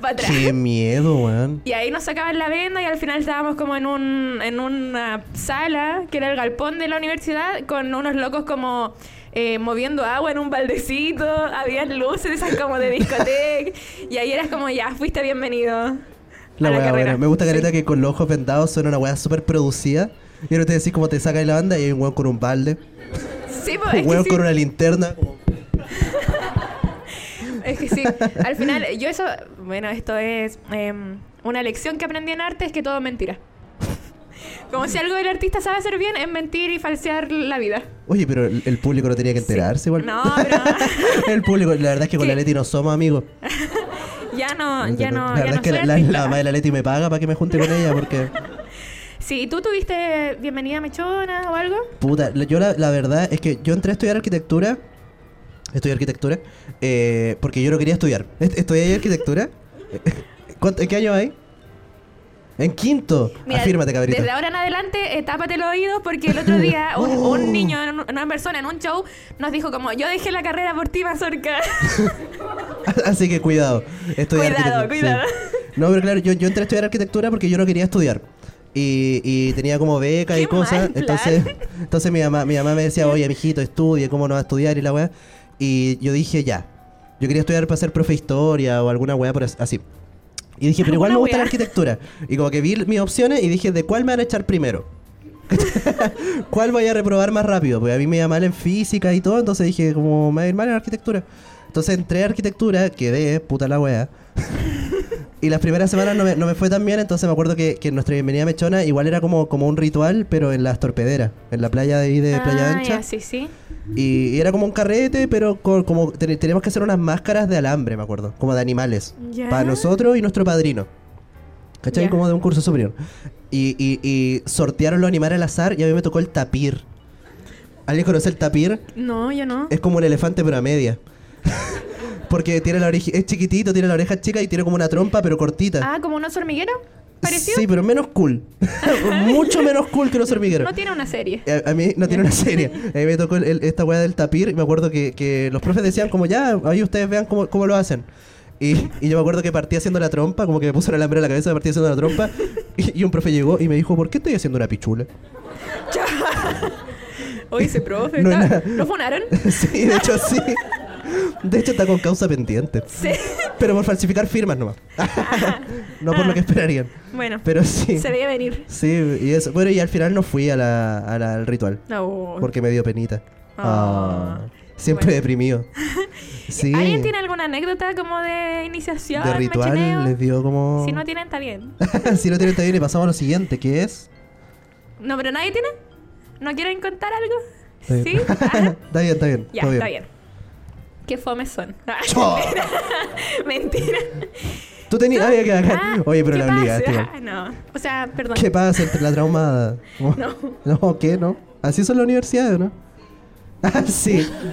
S3: para atrás.
S1: Qué miedo, weón.
S3: Y ahí nos sacaban la venda y al final estábamos como en, un, en una sala, que era el galpón de la universidad, con unos locos como eh, moviendo agua en un baldecito, habían luces esas como de discoteca, y ahí eras como ya, fuiste bienvenido.
S1: La
S3: a la
S1: weá,
S3: carrera.
S1: buena. Me gusta careta que con los ojos vendados suena una weá súper producida. Y ahora te decís cómo te saca de la banda y hay un weón con un balde,
S3: Sí, pues, es
S1: un
S3: que
S1: weón
S3: sí.
S1: con una linterna. como-
S3: Es que sí, al final yo eso, bueno, esto es em, una lección que aprendí en arte es que todo es mentira. Como si algo del artista sabe hacer bien es mentir y falsear la vida.
S1: Oye, pero el, el público no tenía que enterarse, igual.
S3: No, pero
S1: el público, la verdad es que con
S3: Sí.
S1: la Leti no somos amigos.
S3: ya no, ya
S1: La
S3: no, ya
S1: verdad
S3: no
S1: es que
S3: soy
S1: la, la- la
S3: artista.
S1: mamá de la Leti me paga para que me junte con ella porque...
S3: Sí, ¿tú tuviste bienvenida mechona o algo?
S1: Puta, la- yo la, la verdad es que yo entré a estudiar arquitectura. Estudié arquitectura. eh, porque yo no quería estudiar. Est- Estudié ahí arquitectura. ¿Cuánto- ¿En qué año hay? En quinto.
S3: Mira,
S1: Afírmate, cabrita.
S3: Desde ahora en adelante, eh, tápate los oídos porque el otro día un,
S1: Uh.
S3: un niño, en un- una persona en un show nos dijo como, yo dejé la carrera por ti, Mazorca.
S1: Así que cuidado. Estudiar
S3: Cuidado,
S1: arquitectura, sí.
S3: cuidado.
S1: No, pero claro, yo, yo entré a estudiar arquitectura porque yo no quería estudiar. Y, y tenía como beca y
S3: Qué
S1: cosas.
S3: mal plan.
S1: Entonces, entonces mi, mamá, mi mamá me decía, oye, mijito, estudie, ¿cómo no vas a estudiar? Y la weá. Y yo dije, ya. Yo quería estudiar para ser profe de historia o alguna weá por as- así. Y dije, pero igual me
S3: Alguna
S1: gusta la
S3: weá.
S1: arquitectura. Y como que vi mis opciones y dije, ¿de cuál me van a echar primero? ¿Cuál voy a reprobar más rápido? Porque a mí me iba mal en física y todo, entonces dije, como me va a ir mal en arquitectura. Entonces entré a arquitectura, quedé, puta la wea. y las primeras semanas no me, no me fue tan bien, entonces me acuerdo que, que nuestra bienvenida a mechona igual era como, como un ritual, pero en las torpederas, en la playa de, ahí de Playa
S3: Ah,
S1: Ancha.
S3: ya, sí, sí.
S1: Y, y era como un carrete, pero co- como ten- teníamos que hacer unas máscaras de alambre, me acuerdo, como de animales.
S3: Ya.
S1: Para nosotros y nuestro padrino. ¿Cachai?
S3: Ya.
S1: Como de un curso superior. Y, y- y sortearon los animales al azar y a mí me tocó el tapir. ¿Alguien conoce el tapir?
S3: No, yo no.
S1: Es como un elefante pero a media. Porque tiene la oreja, es chiquitito, tiene la oreja chica y tiene como una trompa pero cortita.
S3: Ah, como un oso hormiguero. ¿Parecido?
S1: Sí, pero menos cool. Mucho menos cool que los hormigueros.
S3: No tiene una serie.
S1: Eh, A, a mí no tiene una serie. A mí me tocó el- el- esta weá del tapir y me acuerdo que, que los profes decían como ya, ahí ustedes vean cómo, cómo lo hacen. Y, y yo me acuerdo que partí haciendo la trompa, como que me puso el alambre en la cabeza, partí haciendo la trompa. Y, y un profe llegó y me dijo, ¿por qué estoy haciendo una pichula?
S3: Oye, ese profe.
S1: No hay
S3: está-
S1: nada.
S3: ¿Lo funaron?
S1: sí, de hecho sí. De hecho, está con causa pendiente.
S3: Sí.
S1: Pero por falsificar firmas nomás. no por lo que esperarían.
S3: Bueno,
S1: Pero sí.
S3: se veía venir.
S1: Sí, y eso. Bueno, y al final no fui a la- a la- al ritual.
S3: No.
S1: Porque me dio penita.
S3: Ah.
S1: Ah. Siempre
S3: Bueno.
S1: deprimido. Sí.
S3: ¿Alguien tiene alguna anécdota como de iniciación?
S1: de ritual
S3: machineo?
S1: les dio como.
S3: Si no tienen, está bien.
S1: si no tienen todavía, le pasamos a lo siguiente, que es.
S3: No, pero nadie tiene. ¿No quieren contar algo?
S1: Está
S3: Sí.
S1: bien.
S3: Ajá.
S1: está bien, está bien.
S3: Ya,
S1: todo
S3: está bien. Qué fomes son. Ah, Mentira.
S1: Tú tenías. Ay, qué bacán.
S3: Ah,
S1: Oye, pero
S3: ¿qué
S1: la
S3: pasa?
S1: obligaste. igual.
S3: Ah, no. O sea, perdón.
S1: ¿Qué pasa entre la traumada?
S3: No.
S1: No, ¿qué? No. Así son las universidades, ¿no? Ah, sí.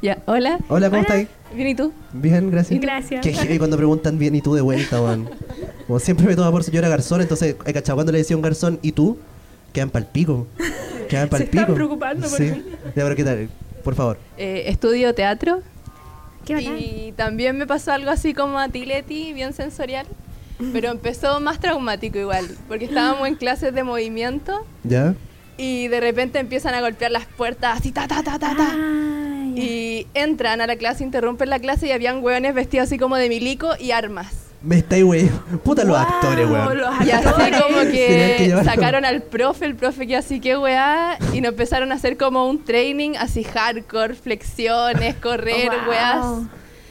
S8: Ya, hola.
S1: Hola, ¿cómo estáis?
S8: Bien, ¿y tú?
S1: Bien, gracias.
S3: Gracias.
S1: Qué heavy cuando preguntan bien y tú de vuelta, weón. Como siempre me toma por señora garzón, entonces, ay, cachado, cuando le decía un garzón y tú, quedan pal pico. Quedan pal
S3: Se están
S1: pico.
S3: preocupando por
S1: sí.
S3: mí.
S1: Ya, pero ¿qué tal? Por favor.
S8: Eh,
S7: estudio teatro
S3: Qué bacán.
S7: y también me pasó algo así como a ti, Leti, bien sensorial, pero empezó más traumático igual, porque estábamos en clases de movimiento
S1: ¿Ya?
S7: y de repente empiezan a golpear las puertas así ta ta ta ta ta.
S3: Ah,
S7: Y entran a la clase, interrumpen la clase y habían hueones vestidos así como de milico y armas.
S1: Me estáis, wey. Puta los
S3: Wow,
S1: actores, weón.
S3: los
S7: Y así
S3: actores.
S7: como
S1: Tenían que
S7: que
S1: llevarlo.
S7: sacaron al profe, el profe que así que weá, y nos empezaron a hacer como un training así hardcore, flexiones, correr,
S3: Oh, Wow.
S7: weás.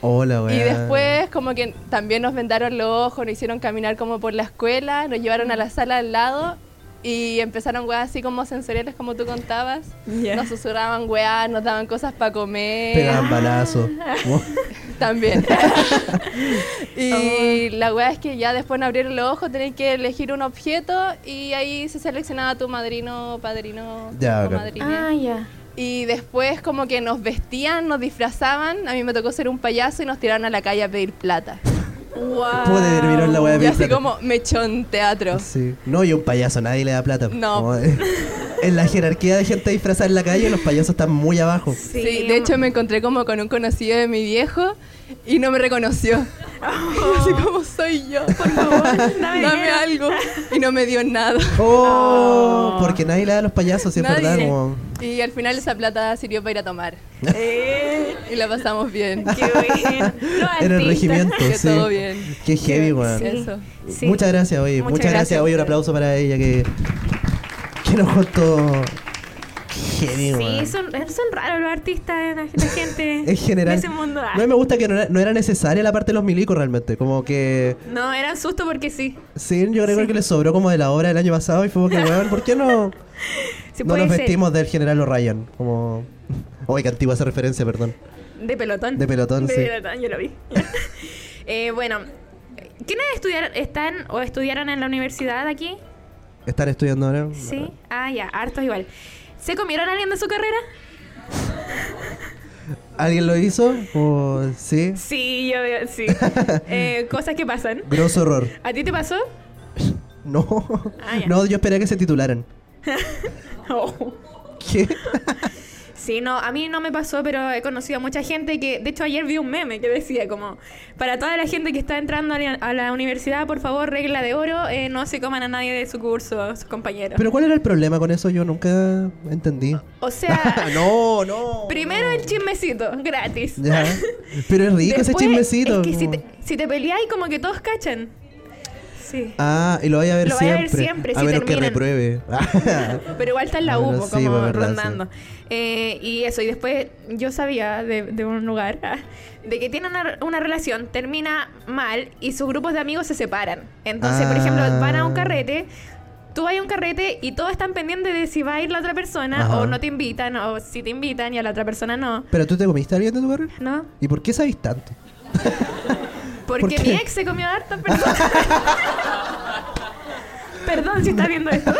S1: Hola, weón.
S7: Y después como que también nos vendaron los ojos, nos hicieron caminar como por la escuela, nos llevaron a la sala al lado y empezaron weas así como sensoriales como tú contabas.
S3: Ya.
S7: Nos susurraban weas, nos daban cosas para comer.
S3: eh,
S1: Pegaban balazo.
S7: También. y la wea es que ya después de abrir los ojos tenés que elegir un objeto y ahí se seleccionaba tu madrino, padrino
S1: Ya,
S7: o
S1: bacán.
S7: madrina.
S10: Ah, ya.
S7: Y después como que nos vestían, nos disfrazaban. A mí me tocó ser un payaso y nos tiraron a la calle a pedir plata.
S3: Wow.
S1: Pude terminaron la weá
S7: Y
S1: bien
S7: así
S1: plata.
S7: como mechón teatro.
S1: Sí. No, y un payaso, nadie le da plata.
S7: No.
S1: Como, eh, en la jerarquía de gente disfrazada en la calle, los payasos están muy abajo.
S7: Sí, de hecho me encontré como con un conocido de mi viejo y no me reconoció. Y así como soy yo, por favor,
S3: Oh. Dame
S7: dame,
S3: dinero.
S7: algo. Y no me dio nada.
S1: Oh, porque nadie le da a los payasos, sí, es
S7: Nadie.
S1: verdad. como-
S7: Y al final esa plata sirvió para ir a tomar.
S3: Eh,
S7: Y la pasamos bien.
S3: qué bueno. Los
S1: en
S3: artistas.
S1: el regimiento,
S7: Que
S1: sí.
S7: todo bien.
S1: Qué heavy, weón.
S7: Sí. Eso.
S3: Sí.
S1: Muchas gracias, oye. Muchas,
S3: Muchas
S1: gracias.
S3: gracias.
S1: oye. Un aplauso para ella que, que nos contó. Qué heavy,
S3: Sí,
S1: weón.
S3: son, son raros los artistas, eh, la, la gente
S1: En general.
S3: de ese mundo. Ah,
S1: No me gusta que no era, no era necesaria la parte de los milicos realmente. Como que.
S3: No, eran susto porque sí.
S1: Sí, yo creo que le sobró como de la obra del año pasado y fue como que, weón, ¿por qué no,
S3: Se
S1: no
S3: puede
S1: nos
S3: ser
S1: vestimos del general O'Ryan? Como. Oye, qué antigua esa referencia, perdón.
S3: De pelotón.
S1: De pelotón,
S3: De
S1: sí.
S3: pelotón, yo lo vi. Eh, bueno, ¿quiénes estudiar, están o estudiaron en la universidad aquí?
S1: ¿Están estudiando ahora?
S3: Sí. Ah, ya, hartos igual. ¿Se comieron a alguien de su carrera?
S1: ¿Alguien lo hizo? ¿O sí?
S3: Sí, yo veo, sí. Eh, cosas que pasan.
S1: Grosso error.
S3: ¿A ti te pasó?
S1: No.
S3: Ah, ya.
S1: No, yo esperé a que se titularan.
S3: Oh.
S1: ¿Qué?
S3: Sí, no, a mí no me pasó, pero he conocido a mucha gente que, de hecho, ayer vi un meme que decía como, para toda la gente que está entrando a la, a la universidad, por favor, regla de oro, eh, no se coman a nadie de su curso, a sus compañeros.
S1: Pero ¿cuál era el problema con eso? Yo nunca entendí.
S3: o sea,
S1: no, no.
S3: Ah. primero el chismecito, gratis.
S1: Ya. Pero es rico ese
S3: Después,
S1: chismecito.
S3: Es que si
S1: como-
S3: te, si te peleáis, como que todos cachan. Sí.
S1: Ah, y lo vaya a ver
S3: Lo vaya a
S1: siempre.
S3: ver siempre,
S1: a
S3: si
S1: menos que
S3: terminan.
S1: repruebe.
S3: Pero igual está en la U,
S1: Bueno,
S3: po,
S1: sí,
S3: como
S1: pues, verdad,
S3: rondando. Eh, y eso, y después yo sabía de, de un lugar ah, de que tienen una, una relación, termina mal y sus grupos de amigos se separan. Entonces, por ejemplo,
S1: Ah.
S3: van a un carrete. Tú vas a un carrete y todos están pendientes de si va a ir la otra persona
S1: Ajá.
S3: o no te invitan o si te invitan y a la otra persona no.
S1: Pero tú te comiste a alguien de tu carrera.
S3: ¿No?
S1: ¿Y por qué sabes tanto?
S3: Porque
S1: qué?
S3: mi ex se comió a hartas personas. Perdón si estás viendo esto.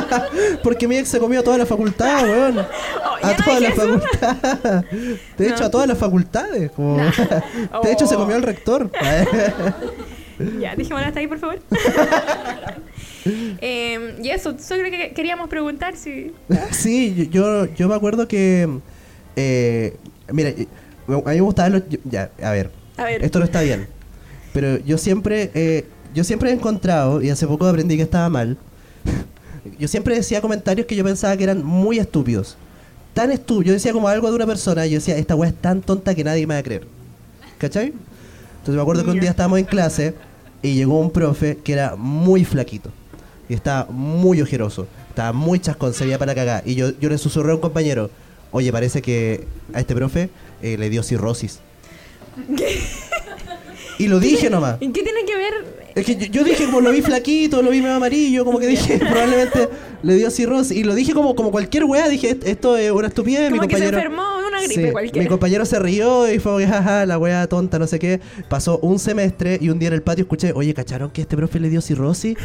S1: Porque mi ex se comió a toda la facultad, weón.
S3: Oh, ya
S1: a
S3: no
S1: toda la
S3: dije eso.
S1: facultad. De hecho,
S3: No. Oh.
S1: a todas las facultades. como- De hecho, se comió al rector.
S3: Ya, dijimos hasta ahí, por favor. Eh, y eso, yo creo que queríamos preguntar si...
S1: sí, yo, yo, yo me acuerdo que. eh, mira, eh, a mí me gustaban los. yo- Ya, a ver.
S3: A ver.
S1: Esto no está bien. Pero yo siempre. eh, yo siempre he encontrado, y hace poco aprendí que estaba mal. Yo siempre decía comentarios que yo pensaba que eran muy estúpidos. tan estúpido. Yo decía como algo de una persona, y yo decía, esta weá es tan tonta que nadie me va a creer. ¿Cachai? Entonces me acuerdo que un día estábamos en clase y llegó un profe que era muy flaquito. Y estaba muy ojeroso. Estaba muy chascón, se veía para cagar. Y yo, yo le susurré a un compañero, oye, parece que a este profe eh, le dio cirrosis. Y lo dije nomás.
S3: ¿Y qué tiene que ver?
S1: Es que yo, yo dije, como lo vi flaquito, lo vi medio amarillo, como que dije, probablemente le dio cirrosis. Y lo dije como, como cualquier weá, dije, "Est- esto es una estupidez. mi
S3: Como que se
S1: compañero,
S3: enfermó de Oh, una gripe
S1: Sí,
S3: cualquiera.
S1: Mi compañero se rió y fue, como que, jaja, la weá tonta, no sé qué. Pasó un semestre y un día en el patio escuché, oye, ¿cacharon que este profe le dio cirrosis?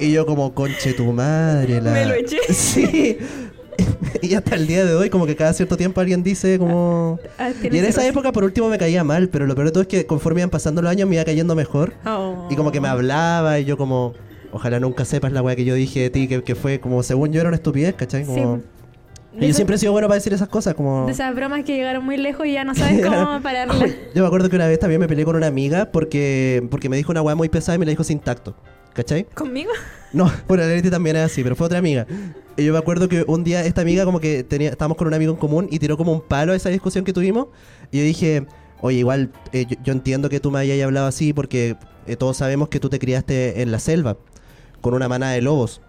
S1: Y yo como, conche tu madre. La...
S3: Me lo eché.
S1: Sí. y hasta el día de hoy, como que cada cierto tiempo alguien dice como...
S3: Ah,
S1: Y
S3: tiene
S1: en esa
S3: cirrosis.
S1: época por último me caía mal, pero lo peor de todo es que conforme iban pasando los años me iba cayendo mejor.
S3: Oh.
S1: Y como que me hablaba y yo como, ojalá nunca sepas la weá que yo dije de ti, que, que fue como, según yo era una estupidez, ¿cachai? Como...
S3: Sí.
S1: Y
S3: De
S1: yo
S3: esas-
S1: siempre he sido bueno para decir esas cosas, como...
S3: De esas bromas que llegaron muy lejos y ya no sabes cómo pararlas.
S1: Yo me acuerdo que una vez también me peleé con una amiga porque, porque me dijo una weá muy pesada y me la dijo sin tacto, ¿cachai?
S3: ¿Conmigo?
S1: No, bueno, la Leti también es así, pero fue otra amiga. Y yo me acuerdo que un día esta amiga como que tenía, estábamos con un amigo en común y tiró como un palo a esa discusión que tuvimos. Y yo dije, oye, igual eh, yo, yo entiendo que tú me hayas hablado así porque eh, todos sabemos que tú te criaste en la selva con una manada de lobos.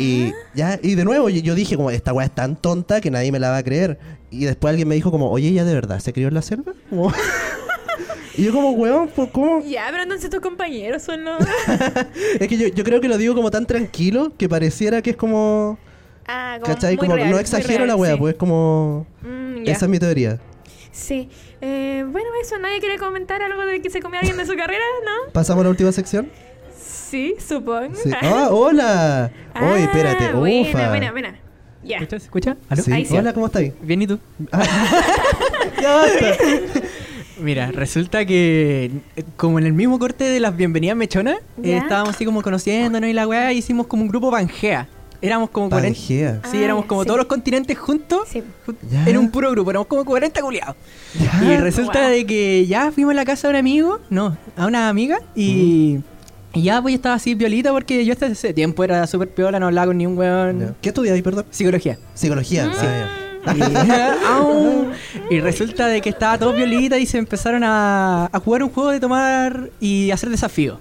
S1: Y ya, y de nuevo yo, yo dije como, esta weá es tan tonta que nadie me la va a creer. Y después alguien me dijo como, oye, ¿ella de verdad se crió en la selva? Como- y yo como, weón, pues, ¿cómo?
S3: Ya, pero entonces tus compañeros son los.
S1: Es que yo, yo creo que lo digo como tan tranquilo que pareciera que es como...
S3: Ah, como.
S1: ¿Cachai?
S3: muy
S1: Como
S3: real,
S1: no
S3: muy
S1: exagero
S3: real,
S1: la wea,
S3: sí.
S1: pues como...
S3: Mm, ya.
S1: Esa es mi teoría.
S3: Sí. Eh, bueno, eso, ¿nadie quiere comentar algo de que se comió alguien de su carrera? ¿No?
S1: ¿Pasamos a la última sección?
S3: Sí, supongo.
S1: Sí. ¡Ah, hola! Oye, espérate,
S3: Ah, Buena,
S1: ufa.
S3: buena, buena. Ya.
S11: ¿Escuchas? ¿Escucha? ¿Aló?
S1: Sí. Hola, ¿cómo estáis?
S11: Bien, ¿y tú?
S1: ya basta.
S11: Mira, resulta que eh, como en el mismo corte de las bienvenidas mechonas, eh,
S1: Ya.
S11: estábamos así como conociéndonos y la weá, hicimos como un grupo Pangea. Éramos como 40.
S1: Pangea.
S3: Ah,
S11: Sí, éramos como todos los continentes juntos. jun- En un puro grupo, éramos como 40 culiados. Y resulta de que ya fuimos a la casa de un amigo, no, a una amiga, y, y ya pues yo estaba así violita porque yo hasta ese tiempo era súper piola, no hablaba con ni un weón.
S1: ¿Qué estudiabas ahí, perdón?
S11: Psicología.
S3: Mm.
S1: Psicología.
S11: Sí.
S1: Ah,
S11: Y, Au. Y resulta de que estaba todo violita y se empezaron a, a jugar un juego de tomar y hacer desafío.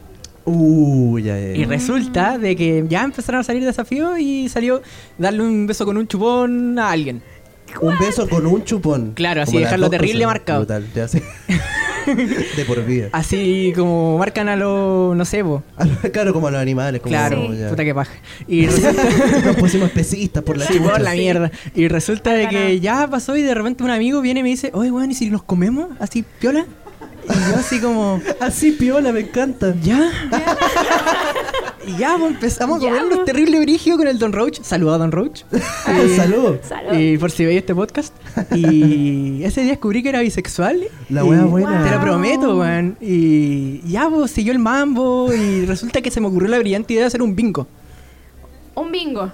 S1: Uh, ya, ya, ya.
S11: Y resulta de que ya empezaron a salir desafíos y salió darle un beso con un chupón a alguien.
S1: Un beso con un chupón.
S11: Claro, así
S1: Como las
S11: dejarlo
S1: dos
S11: terrible
S1: cosas.
S11: marcado.
S1: Brutal, ya sé. De por vida. Ah,
S11: Así como marcan a los, no sé, po.
S1: Claro, como a los animales. Como
S11: Claro,
S1: Oh, ya.
S11: puta que paja. Y resulta...
S1: Nos pusimos especistas por la
S11: Sí, por
S1: chucha.
S11: la mierda. Y resulta de que ya pasó y de repente un amigo viene y me dice, oye, weón, ¿y si nos comemos? Así, piola. Y yo así como...
S1: Así, piola, me encanta.
S11: Ya. Y ya pues, empezamos a comernos terrible brigio con el Don Roach. Saluda a Don Roach. Eh,
S1: Salud.
S11: Y por si veis este podcast. Y ese día descubrí que era bisexual.
S1: La
S11: y
S1: wea buena.
S11: Te lo
S1: Wow.
S11: prometo, weón. Y ya, pues, siguió el mambo. Y resulta que se me ocurrió la brillante idea de hacer un bingo.
S3: Un bingo.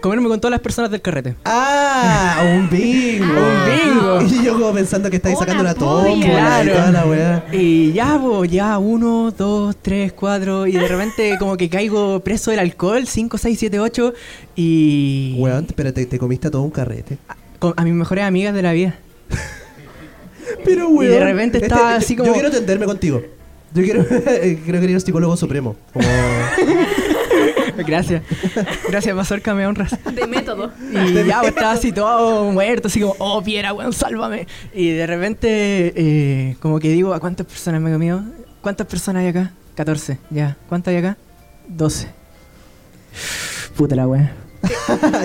S11: Comerme con todas las personas del carrete.
S1: Ah, un bingo.
S11: Un bingo.
S1: Y yo como pensando que estáis sacando la
S11: Oh,
S1: tómbola y toda la weá.
S11: Y ya, bo, ya, uno, dos, tres, cuatro. Y de repente, como que caigo preso del alcohol, cinco, seis, siete, ocho. Y.
S1: Weón, pero te, te comiste a todo un carrete.
S11: Con, a mis mejores amigas de la vida.
S1: Pero
S11: Y de repente
S1: este-
S11: estaba
S1: este-
S11: así como.
S1: Yo quiero atenderme contigo. Yo quiero, eh, creo que eres psicólogo supremo. Como-
S11: Gracias. Gracias, Mazorca, me honras.
S3: De método.
S11: Y ya bo, estaba así todo muerto, así como, oh, piedra, weón, sálvame. Y de repente, eh, como que digo, ¿a cuántas personas me he comido? ¿Cuántas personas hay acá? 14, ya. ¿Cuántas hay acá? 12. Puta la weá.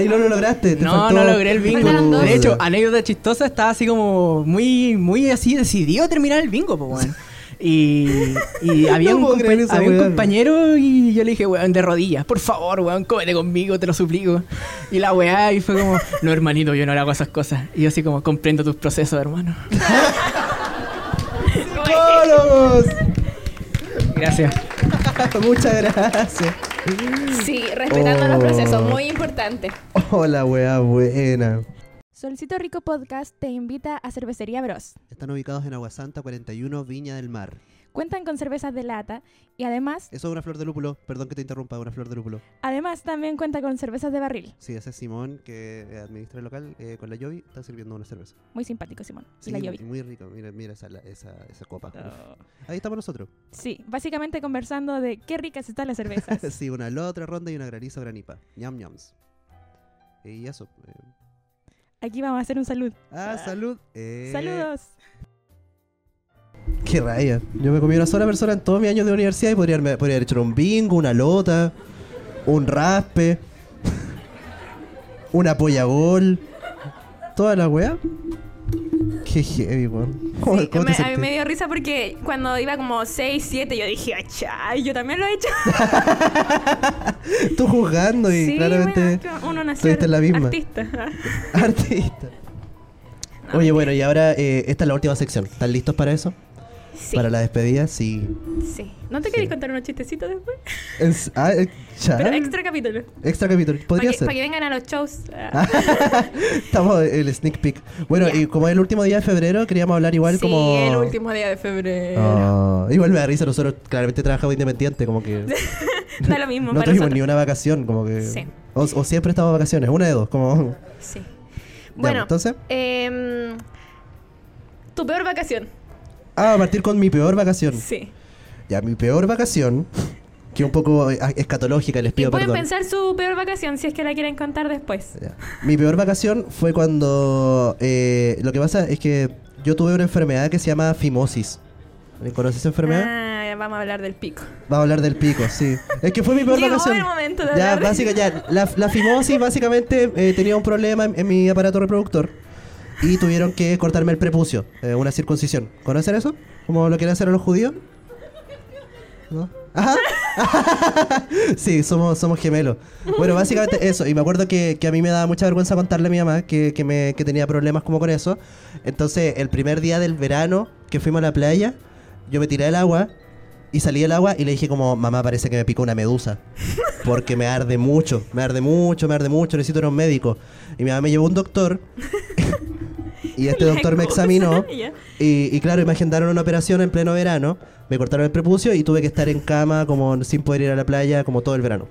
S1: y no lo lograste. te
S11: No,
S1: faltó-
S11: no logré el bingo.
S1: Faltaron dos.
S11: De hecho, anécdota chistosa, estaba así como muy, muy así, decidido a terminar el bingo, pues, weón. Y, y había,
S1: No
S11: un,
S1: puedo
S11: compa-
S1: creer esa
S11: había un
S1: weá.
S11: compañero y yo le dije, weón, de rodillas, por favor, weón, cómete conmigo, te lo suplico. Y la weá, y fue como, no, hermanito, yo no le hago esas cosas. Y yo así como, comprendo tus procesos, hermano.
S1: ¡Psicólogos!
S11: Gracias.
S1: Muchas gracias.
S12: Sí, respetando los
S1: Oh.
S12: procesos, muy importante.
S1: Hola, weá, buena.
S13: Solcito Rico Podcast te invita a Cervecería Bros.
S2: Están ubicados en Aguasanta 41, Viña del Mar.
S13: cuentan con cervezas de lata y además,
S2: Eso es una flor de lúpulo. Perdón que te interrumpa, una flor de lúpulo.
S13: además también cuenta con cervezas de barril.
S2: Sí, ese es Simón que administra el local eh, con la Yovi. Está sirviendo una cerveza.
S13: Muy simpático, Simón.
S2: Sí,
S13: y la Yovi.
S2: Muy rico. Mira, mira esa, la- esa, esa copa. Uf. Ahí estamos nosotros.
S13: Sí, básicamente conversando de qué ricas están las cervezas.
S2: sí, una la otra ronda y una granizo granipa. Ñam ñams. Y eso. eh.
S13: Aquí vamos a hacer un salud.
S2: Ah, salud. Eh,
S13: Saludos.
S1: Qué raya. Yo me comí una sola persona en todos mis años de universidad y podría, haberme- podría haber hecho un bingo, una lota, un raspe, una polla gol, toda la weá. Qué heavy, weón. ¿Cómo, cómo te
S3: Me- a mí
S1: sentís?
S3: me dio risa porque cuando iba como 6, 7, yo dije, ¡achai! Yo también lo he hecho.
S1: Tú juzgando y
S3: Sí,
S1: claramente
S3: bueno, uno nació
S1: estuviste en la misma.
S3: artista.
S1: Artista. Oye, bueno, y ahora eh, esta es la última sección. ¿Están listos para eso?
S3: Sí.
S1: Para la despedida, sí.
S3: Sí. ¿No te queréis contar unos chistecitos después?
S1: En- ah, eh, ya.
S3: Pero extra capítulo.
S1: Extra capítulo. Podría
S3: para que,
S1: ser. Ah,
S3: pa' que vengan a los shows.
S1: Estamos en el sneak peek. Bueno, y como es el último día de febrero, queríamos hablar igual
S3: sí,
S1: como.
S3: el último día de febrero.
S1: Ah, igual me da risa, nosotros claramente trabajamos independiente, como que
S3: da lo mismo
S1: no
S3: para
S1: tuvimos
S3: nosotros.
S1: ni una vacación, como que.
S3: Sí.
S1: O, o siempre estamos de vacaciones, una de dos, como.
S3: Sí.
S1: Ya,
S3: Bueno,
S1: entonces.
S3: em, tu peor vacación.
S1: Ah, a partir con mi peor vacación.
S3: Sí.
S1: Ya, mi peor vacación, que un poco eh, escatológica, les pido
S3: Pueden
S1: perdón.
S3: pensar su peor vacación si es que la quieren contar después.
S1: Mi peor vacación fue cuando. eh, lo que pasa es que yo tuve una enfermedad que se llama fimosis. ¿Conoces esa enfermedad?
S3: Ah, vamos a hablar del pico.
S1: Va a hablar del pico, sí. Es que fue mi peor
S3: Llegó
S1: vacación.
S3: el momento de
S1: ya,
S3: hablar de-
S1: básica, ya. La, la fimosis, básicamente, eh, tenía un problema en, en mi aparato reproductor. Y tuvieron que cortarme el prepucio, eh, una circuncisión. ¿Conocen eso? ¿Como lo quieren hacer a los judíos? ¿No? Ajá. sí, somos, somos gemelos. Bueno, básicamente eso. Y me acuerdo que, que a mí me daba mucha vergüenza contarle a mi mamá que, que me, que tenía problemas como con eso. Entonces, el primer día del verano que fuimos a la playa, yo me tiré al agua y salí del agua y le dije como, mamá, parece que me picó una medusa. Porque me arde mucho, me arde mucho, me arde mucho, necesito ir a un médico. Y mi mamá me llevó a un doctor. y este
S7: La
S1: doctor me
S7: cosa,
S1: examinó.
S7: ya.
S1: Y, y claro, me agendaron una operación en pleno verano. Me cortaron el prepucio y tuve que estar en cama como sin poder ir a la playa como todo el verano.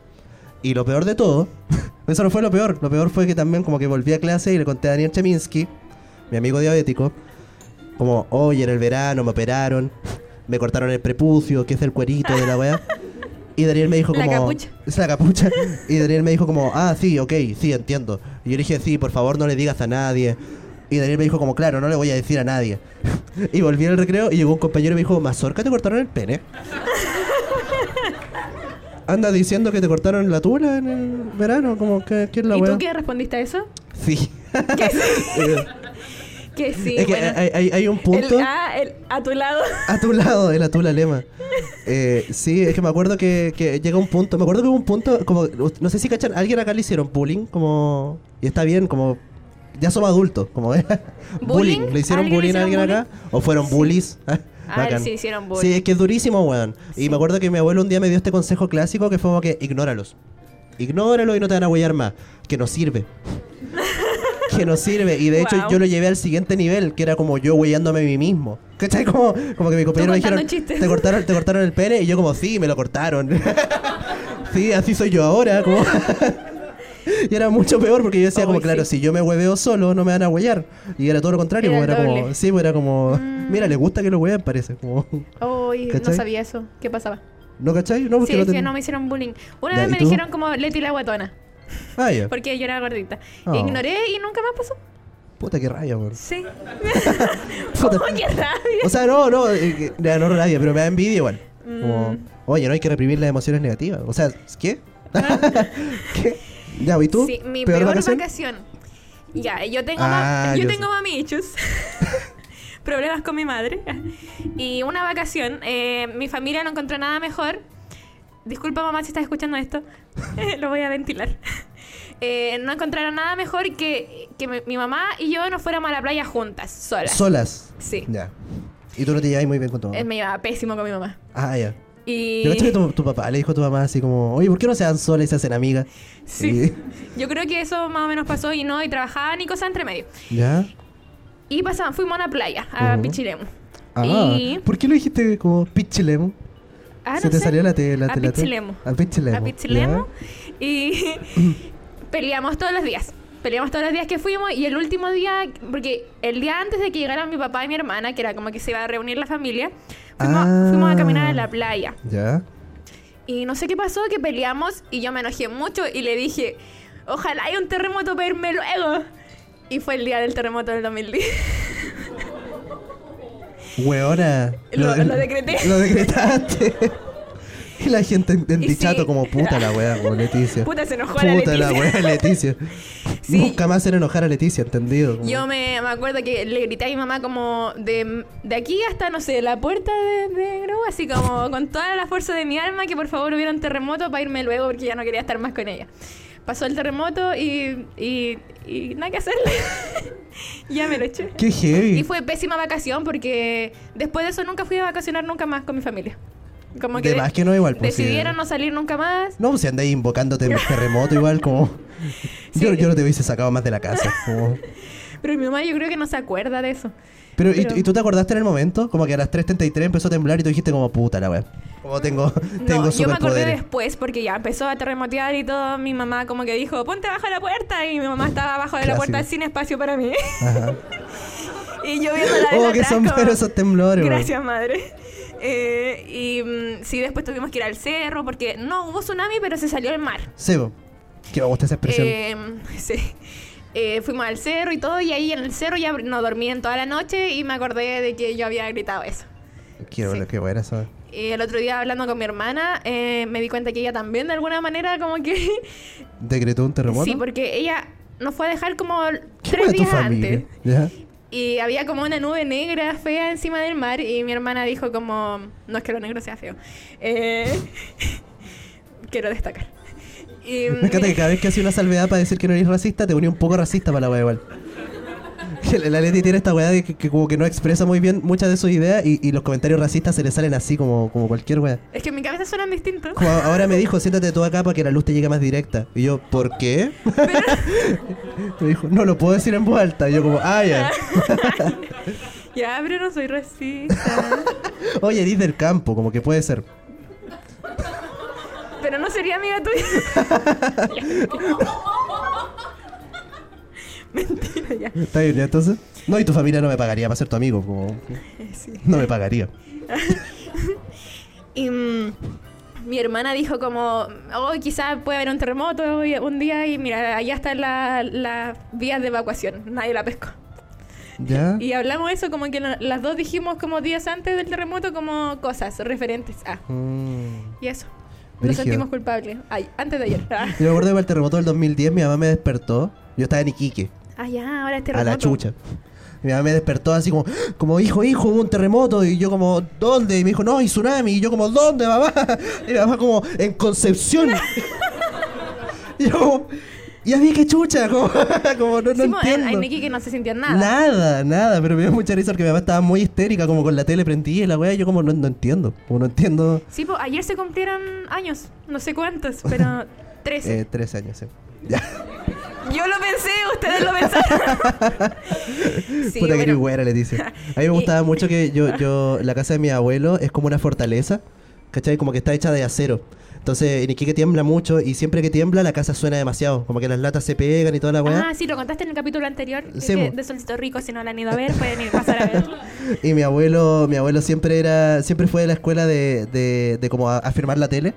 S1: Y lo peor de todo, eso no fue lo peor. Lo peor fue que también como que volví a clase y le conté a Daniel Cheminsky, mi amigo diabético, como, oye, en el verano me operaron, me cortaron el prepucio, que es el cuerito de la weá. Y Daniel me dijo
S7: La
S1: como...
S7: capucha.
S1: Es la capucha. Y Daniel me dijo como, ah, sí, ok, sí, entiendo. Y yo le dije, sí, por favor, no le digas a nadie. Y Daniel me dijo como, claro, no le voy a decir a nadie. Y volví al recreo y llegó un compañero y me dijo, Mazorca, te cortaron el pene. Anda diciendo que te cortaron la tula en el verano, como que ¿qué es la
S3: ¿Y
S1: weá?
S3: tú qué respondiste a eso?
S1: Sí. Eh,
S3: Que sí.
S1: es que eh,
S3: bueno.
S1: hay, hay- hay un punto
S3: El- ah, el- a tu lado.
S1: a tu lado, el atula lema. Eh, sí, es que me acuerdo que, que llega un punto, me acuerdo que hubo un punto, como, no sé si cachan, alguien acá le hicieron bullying, como, y está bien, como, ya somos adultos, como, eh,
S3: ¿Bullying?
S1: ¿le hicieron
S3: ¿Alguien le
S1: bullying a alguien
S3: hicieron
S1: acá? ¿O fueron bullies?
S3: Ah,
S1: Bacán.
S3: sí, hicieron bullying.
S1: Sí, es que es durísimo, weón. Y me acuerdo que mi abuelo un día me dio este consejo clásico que fue como que ignóralos. Ignóralos y no te van a huellar más. Que no sirve. que no sirve. Y de hecho
S7: Wow.
S1: yo lo llevé al siguiente nivel, que era como yo huellándome a mí mismo. ¿Cachai? Como, como que mi compañero me
S7: contando
S1: dijeron,
S7: chistes.
S1: te cortaron, te cortaron el pene y yo como, sí, me lo cortaron. sí, así soy yo ahora. Como y era mucho peor porque yo decía como, claro, si yo me hueveo solo, no me van a huellar. Y era todo lo contrario,
S3: Era
S1: como, era
S3: el
S1: como,
S3: doble. Mm.
S1: sí, pues era como, mira, le gusta que lo hueven, parece. Como,
S3: Uy, no
S1: ¿Cachai?
S3: sabía eso. ¿Qué pasaba?
S1: ¿No cachai? No, porque
S3: sí,
S1: no
S3: sí,
S1: ten-
S3: no me hicieron bullying. Una
S1: Ya,
S3: vez
S1: ¿y
S3: me
S1: tú?
S3: dijeron como Leti la guatona.
S1: Ah, ya.
S3: Porque yo era gordita.
S1: Oh.
S3: Ignoré y nunca más pasó.
S1: Puta, qué raya, weón.
S3: Sí.
S1: Puta.
S3: Oye, rabia.
S1: O sea, no, no, eh, que- ya, no rabia, pero me da envidia igual. Como,
S3: Mm.
S1: oye, no hay que reprimir las emociones negativas. O sea, ¿qué? ¿Qué? Ya, ¿y tú?
S3: Sí, mi peor, vacación? Ya, yo tengo,
S1: Ah,
S3: ma- yo
S1: yo
S3: tengo mami issues. Problemas con mi madre. Y una vacación, eh, mi familia no encontró nada mejor. Disculpa mamá si estás escuchando esto. Lo voy a ventilar. Eh, no encontraron nada mejor que, que mi, mi mamá y yo nos fuéramos a la playa juntas, solas.
S1: Solas.
S3: Sí.
S1: Ya. Y tú no te llevas muy bien con tu mamá.
S3: Eh, me llevaba pésimo con mi mamá.
S1: Ah, ya.
S3: Y
S1: Yo cacho que tu, tu papá le dijo a tu mamá así como, oye, ¿por qué no se dan solas y se hacen amigas?
S3: Sí. yo creo que eso más o menos pasó y no, y trabajaban y cosas entre medio.
S1: Y- ¿Ya?
S3: Y pasaban, fuimos a la playa, a
S1: Ujú.
S3: Pichilemu.
S1: Ah,
S3: Y-
S1: ¿Por qué lo dijiste como pichilemo?
S3: Ah,
S1: Se
S3: no
S1: te
S3: sé.
S1: salió la te, la
S3: A
S1: te- la te-
S3: pichilemo.
S1: A pichilemo.
S3: A pichilemo. Y peleamos todos los días. Peleamos todos los días que fuimos y el último día, porque el día antes de que llegaran mi papá y mi hermana, que era como que se iba a reunir la familia, fuimos,
S1: Ah.
S3: fuimos a caminar a la playa.
S1: ¿Ya?
S3: Y no sé qué pasó, que peleamos y yo me enojé mucho y le dije, ojalá hay un terremoto para irme luego. Y fue el día del terremoto del 2010.
S1: Weona.
S3: Lo- lo decreté.
S1: Lo decretaste. y la gente en, en dichato como puta la weá, como Leticia.
S3: Puta, se enojó la
S1: Puta la
S3: Leticia.
S1: weá, Leticia. Nunca más hacer enojar a Leticia, entendido. Como-
S3: Yo me, me acuerdo que le grité a mi mamá como de, de aquí hasta, no sé, la puerta de, de Grow, así como con toda la fuerza de mi alma, que por favor hubiera un terremoto para irme luego porque ya no quería estar más con ella. Pasó el terremoto y, y, y nada que hacerle. ya me lo eché.
S1: Qué heavy.
S3: Y fue pésima vacación porque después de eso nunca fui a vacacionar nunca más con mi familia. Como que
S1: De más que no, igual, pues, sí.
S3: decidieron no salir nunca más.
S1: No, pues si andáis invocándote en terremoto igual, como... Yo, yo no te hubiese sacado más de la casa. como-
S3: Pero mi mamá yo creo que no se acuerda de eso.
S1: Pero, ¿y-
S3: Pero-
S1: ¿y, tú te acordaste en el momento? Como que a las 3.33 empezó a temblar y tú dijiste como puta la weá. Como tengo, tengo
S3: No, yo me acordé
S1: superpoderes.
S3: después porque ya empezó a terremotear y todo. Mi mamá como que dijo, ponte abajo de la puerta. Y mi mamá estaba abajo de la
S1: Clásico.
S3: puerta sin espacio para mí.
S1: Ajá.
S3: y yo viendo la
S1: Oh, que son pero esos temblores, weón.
S3: Gracias, madre. Eh, y mm, sí, después tuvimos que ir al cerro porque no hubo tsunami, pero se salió el mar.
S1: Sebo. Que me gusta esa expresión.
S3: Eh, sí. Eh, fuimos al cerro y todo, y ahí en el cerro ya no dormí en toda la noche y me acordé de que yo había gritado eso.
S1: Quiero lo que buena esa.
S3: Y Eh, el otro día hablando con mi hermana, eh, me di cuenta que ella también de alguna manera como que
S1: ¿Decretó un terremoto?
S3: Sí, porque ella nos fue a dejar como
S1: ¿Qué
S3: tres
S1: fue tu
S3: días
S1: familia?
S3: antes.
S1: ¿Ya?
S3: Y había como una nube negra fea encima del mar y mi hermana dijo como, no es que lo negro sea feo. Eh, quiero destacar. Y,
S1: Me encanta que cada vez que hace una salvedad para decir que no eres racista, te ponía un poco racista para la weá igual. Que La la Leti tiene esta weá de que, que como que no expresa muy bien muchas de sus ideas y, y los comentarios racistas se le salen así como, como cualquier weá.
S3: Es que en mi cabeza suenan distintos.
S1: Como a- ahora me dijo, siéntate tú acá para que la luz te llegue más directa. Y yo, ¿por qué? me dijo, no, lo puedo decir en voz alta. Y yo como, ah, ya.
S3: Ya, pero no soy racista.
S1: Oye, eres del campo, como que puede ser.
S3: pero no sería amiga tuya. Mentira, ya.
S1: ¿Está bien, ya, entonces? No, y tu familia no me pagaría para ser tu amigo. Como...
S3: Eh, sí.
S1: No me pagaría.
S3: Y mm, mi hermana dijo como, oh, quizás puede haber un terremoto hoy- un día y mira, allá están la- las vías de evacuación, nadie la pescó.
S1: ¿Ya?
S3: Y hablamos eso como que no- las dos dijimos como días antes del terremoto como cosas referentes a...
S1: Mm.
S3: Y eso. Nos
S1: Brígido.
S3: sentimos culpables. Ay, antes de ayer. Ah,
S1: Yo me acuerdo que el terremoto del 2010 mi mamá me despertó. Yo estaba en Iquique,
S3: Ah, ya, ahora es
S1: a
S3: terremoto.
S1: la chucha. Mi mamá me despertó así como, "Ah, como hijo, hijo, hubo un terremoto. Y yo como, ¿dónde? Y me dijo, no, hay tsunami. Y yo como, ¿dónde, mamá? Y mi mamá como, en Concepción. y yo como, ya vi que chucha. Como, como no, no
S3: Sí, po, en-
S1: entiendo.
S3: en Iquique que no se sentía nada.
S1: Nada, nada, pero me dio mucha risa porque mi mamá estaba muy histérica, como con la tele prendida y la weá, y yo como no, no entiendo, como no entiendo.
S3: Sí, po, ayer se cumplieron años, no sé cuántos, pero 13.
S1: Eh, 13 años, sí.
S3: Yo lo pensé, ustedes lo pensaron. Sí,
S1: Puta que
S3: bueno.
S1: eres güera, le dice. A mí me gustaba mucho que yo, yo, la casa de mi abuelo es como una fortaleza, ¿cachai? Como que está hecha de acero. Entonces, en Iquique tiembla mucho y siempre que tiembla la casa suena demasiado, como que las latas se pegan y toda la weá.
S3: Ah, sí, lo contaste en el capítulo anterior que-
S1: Sí,
S3: que
S1: po.
S3: de Solcito Rico. Si no la han ido a ver, pueden ir a pasar a verlo.
S1: Y mi abuelo, mi abuelo siempre era, siempre fue de la escuela de, de, de como a- afirmar la tele.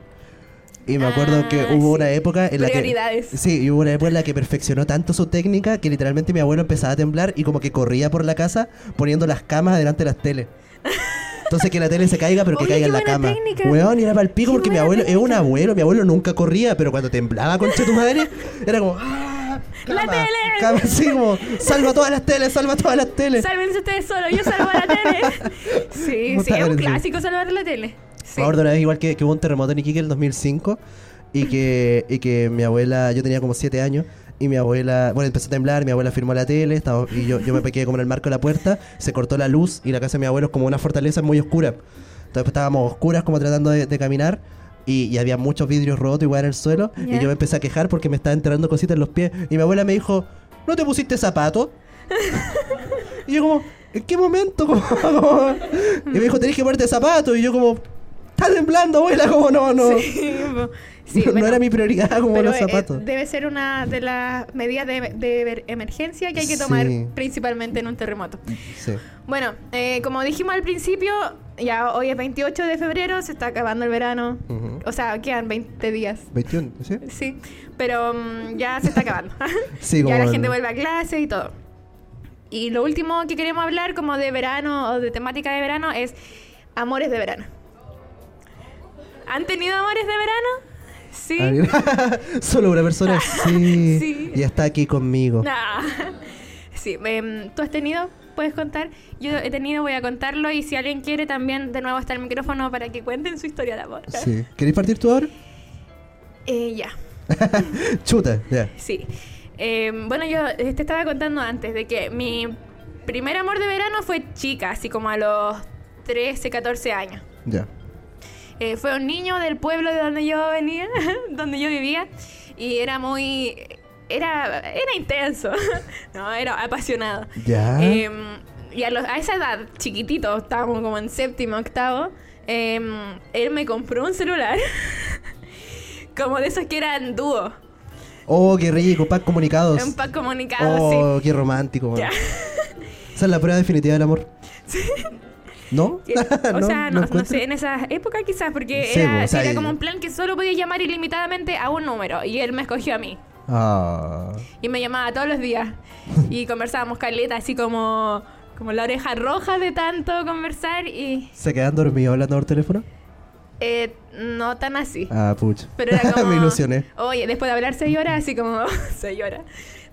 S1: Y me acuerdo que hubo una época en la
S3: Ah, Prioridades.
S1: que. Sí, y hubo una época en la que perfeccionó tanto su técnica que literalmente mi abuelo empezaba a temblar y como que corría por la casa poniendo las camas delante de las teles. Entonces que la tele se caiga, pero que caiga en la cama. Weón, y era para el pico porque mi abuelo es un abuelo, mi abuelo nunca corría, pero cuando temblaba con tu madre, era como. "Ah,
S3: ¡La
S1: cama,
S3: tele!
S1: cama", así como, salva todas las teles, salva todas las teles.
S3: Sálvense ustedes solos, yo salvo la tele. Sí, sí,
S1: Puta
S3: es un
S1: madre, sí.
S3: clásico salvar la tele.
S1: Me acuerdo una vez igual que, que hubo un terremoto en Iquique en el 2005 y que, y que mi abuela, yo tenía como 7 años y mi abuela, bueno, empezó a temblar, mi abuela firmó la tele estaba- y yo, yo me pegué como en el marco de la puerta, se cortó la luz y la casa de mi abuelo es como una fortaleza muy oscura. Entonces pues, estábamos oscuras como tratando de, de caminar. Y, y había muchos vidrios rotos igual en el suelo.
S3: Ya.
S1: Y yo me empecé a quejar porque me estaba enterrando cositas en los pies. Y mi abuela me dijo, ¿no te pusiste zapato? y yo como, ¿en qué momento? Como- como- y me dijo, tenés que ponerte zapatos. Y yo como, está temblando, abuela, como no, no.
S3: Sí, po.
S1: Oh. No- no era mi prioridad como
S3: pero,
S1: los
S3: eh,
S1: zapatos.
S3: debe ser una de las medidas de, de emer- emergencia que hay que tomar
S1: Sí.
S3: principalmente en un terremoto.
S1: Sí.
S3: Bueno, eh, como dijimos al principio, ya hoy es 28 de febrero, se está acabando el verano.
S1: Ujú.
S3: O sea, quedan 20 días.
S1: 21, ¿sí?
S3: Sí, pero mm, ya se está acabando.
S1: Sí,
S3: ya
S1: como
S3: la
S1: el-
S3: gente vuelve a clase y todo. Y lo último que queremos hablar como de verano o de temática de verano es amores de verano. ¿Han tenido amores de verano? Sí.
S1: A ver, Ah, Solo una persona, sí,
S3: Sí.
S1: Y está aquí conmigo.
S3: Nah. Ah. Sí, em, tú has tenido, puedes contar. Yo he tenido, voy a contarlo y si alguien quiere también de nuevo está el micrófono para que cuenten su historia de amor.
S1: Sí. ¿Queréis partir tú ahora?
S3: Eh, ya.
S1: Chuta, ya.
S3: Sí. Eh, bueno, yo eh, te estaba contando antes de que mi primer amor de verano fue chica, así como a los 13, 14 años.
S1: Ya.
S3: Eh, fue un niño del pueblo de donde yo venía, donde yo vivía, y era muy... Era, era intenso, no, era apasionado.
S1: Ya.
S3: Em, y a, los- a esa edad, chiquitito, estábamos como en séptimo, octavo, em, él me compró un celular, como de esos que eran dúo.
S1: Oh, qué rico, pack comunicados.
S3: Un pack comunicado,
S1: Oh,
S3: sí.
S1: qué romántico. man.
S3: Ya.
S1: Esa es la prueba definitiva del amor. ¿No?
S3: Que- o
S1: No,
S3: sea,
S1: no
S3: no, no
S1: encuentro.
S3: sé, en esa época quizás, porque
S1: Sí, pues,
S3: era,
S1: o sea,
S3: era
S1: y-
S3: como un plan que solo podía llamar ilimitadamente a un número. Y él me escogió a mí.
S1: Ah.
S3: Y me llamaba todos los días. Y conversábamos caleta, así como, como la oreja roja de tanto conversar. Y
S1: ¿Se quedan dormidos hablando por teléfono?
S3: eh, no tan así.
S1: Ah, pucha.
S3: Pero era como-
S1: Me ilusioné.
S3: Oye, después de hablar seis horas, así como seis horas.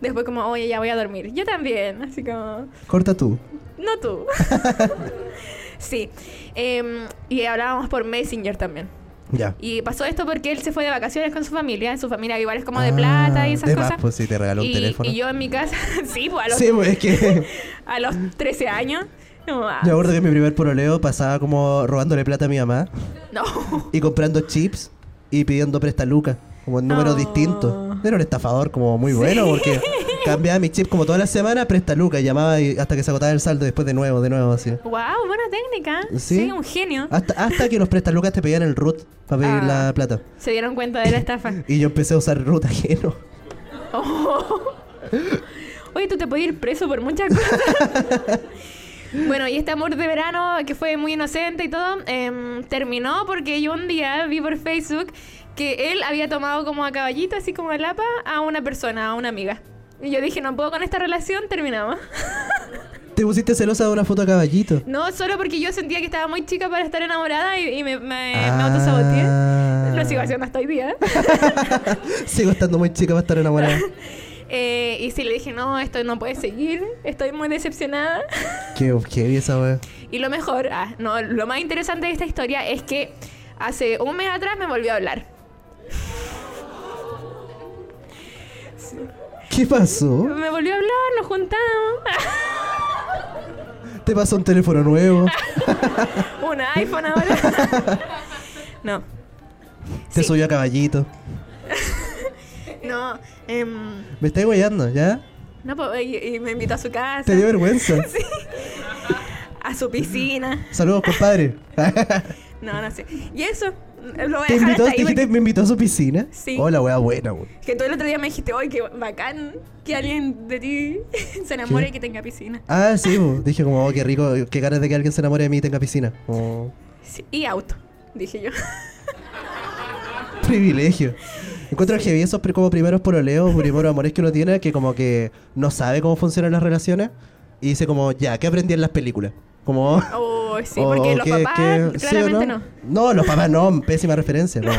S3: Después como, oye, ya voy a dormir. Yo también, así como...
S1: Corta tú.
S3: No tú. sí. Em, y hablábamos por Messenger también.
S1: Ya.
S3: Y pasó esto porque él se fue de vacaciones con su familia. Su familia igual es como de
S1: Ah,
S3: plata y esas
S1: de más,
S3: cosas.
S1: pues, sí, te regaló un
S3: y,
S1: teléfono.
S3: Y yo en mi casa, sí, pues a los,
S1: Sí, pues es que
S3: a los 13 años. como, ah,
S1: yo me acuerdo que mi primer pololeo pasaba como robándole plata a mi mamá
S3: No.
S1: y comprando chips y pidiendo presta lucas, como en números
S3: Ah.
S1: distintos. Era un estafador como muy bueno porque cambiaba mis chips como todas las semanas, presta lucas, llamaba y hasta que se agotaba el saldo después de nuevo, de nuevo así.
S3: Wow, buena técnica.
S1: Sí. Ah.
S3: Sí, un genio.
S1: Hasta, hasta que los prestalucas te pedían el root para pedir
S3: Ah.
S1: la plata.
S3: Se dieron cuenta de la estafa.
S1: Y yo empecé a usar root ajeno.
S3: Oh. Oye, tú te puedes ir preso por muchas cosas. bueno, y este amor de verano, que fue muy inocente y todo, em, terminó porque yo un día vi por Facebook que él había tomado como a caballito, así como a lapa, a una persona, a una amiga. Y yo dije, no puedo con esta relación, terminamos.
S1: Te pusiste celosa de una foto a caballito.
S3: No, solo porque yo sentía que estaba muy chica para estar enamorada y, y me, me, me autosaboteé.
S1: Ah.
S3: Lo sigo haciendo hasta hoy día.
S1: Sigo estando muy chica para estar enamorada.
S3: Eh, y sí, le dije, no, esto no puede seguir, estoy muy decepcionada.
S1: Qué heavy esa wea.
S3: Y lo mejor, ah, no, lo más interesante de esta historia es que hace un mes atrás me volvió a hablar. Sí.
S1: ¿Qué pasó?
S3: Me volvió a hablar, nos juntamos.
S1: ¿Te pasó un teléfono nuevo?
S3: un iPhone ahora. no,
S1: ¿Te subió a caballito?
S3: no. em,
S1: Me estáis guayando, ¿ya?
S3: no po- y, y me invitó a su casa.
S1: Te dio vergüenza.
S3: Sí. A su piscina.
S1: Saludos, compadre.
S3: No, no sé. Y eso, lo voy a
S1: ¿Te
S3: dejar
S1: invitó,
S3: hasta
S1: te
S3: ahí.
S1: dijiste,
S3: porque-
S1: me invitó a su piscina?
S3: Sí.
S1: Hola, wea, buena, wea.
S3: Que tú el otro día me dijiste, hoy qué bacán que alguien de ti se enamore
S1: ¿Qué?
S3: y que tenga piscina.
S1: Ah, sí, po. dije como, oh, qué rico, qué ganas de que alguien se enamore de mí y tenga piscina. Oh,
S3: Sí, y auto, dije yo.
S1: privilegio. Encuentro que vi esos pri- como primeros pololeos, primeros amores que uno tiene, que como que no sabe cómo funcionan las relaciones. Y dice como, ya, ¿qué aprendí en las películas? Como...
S3: Oh, sí,
S1: o-
S3: porque
S1: o
S3: los
S1: qué-
S3: papás
S1: qué- ¿sí o
S3: claramente no.
S1: no? No, los papás no, pésima referencia. no.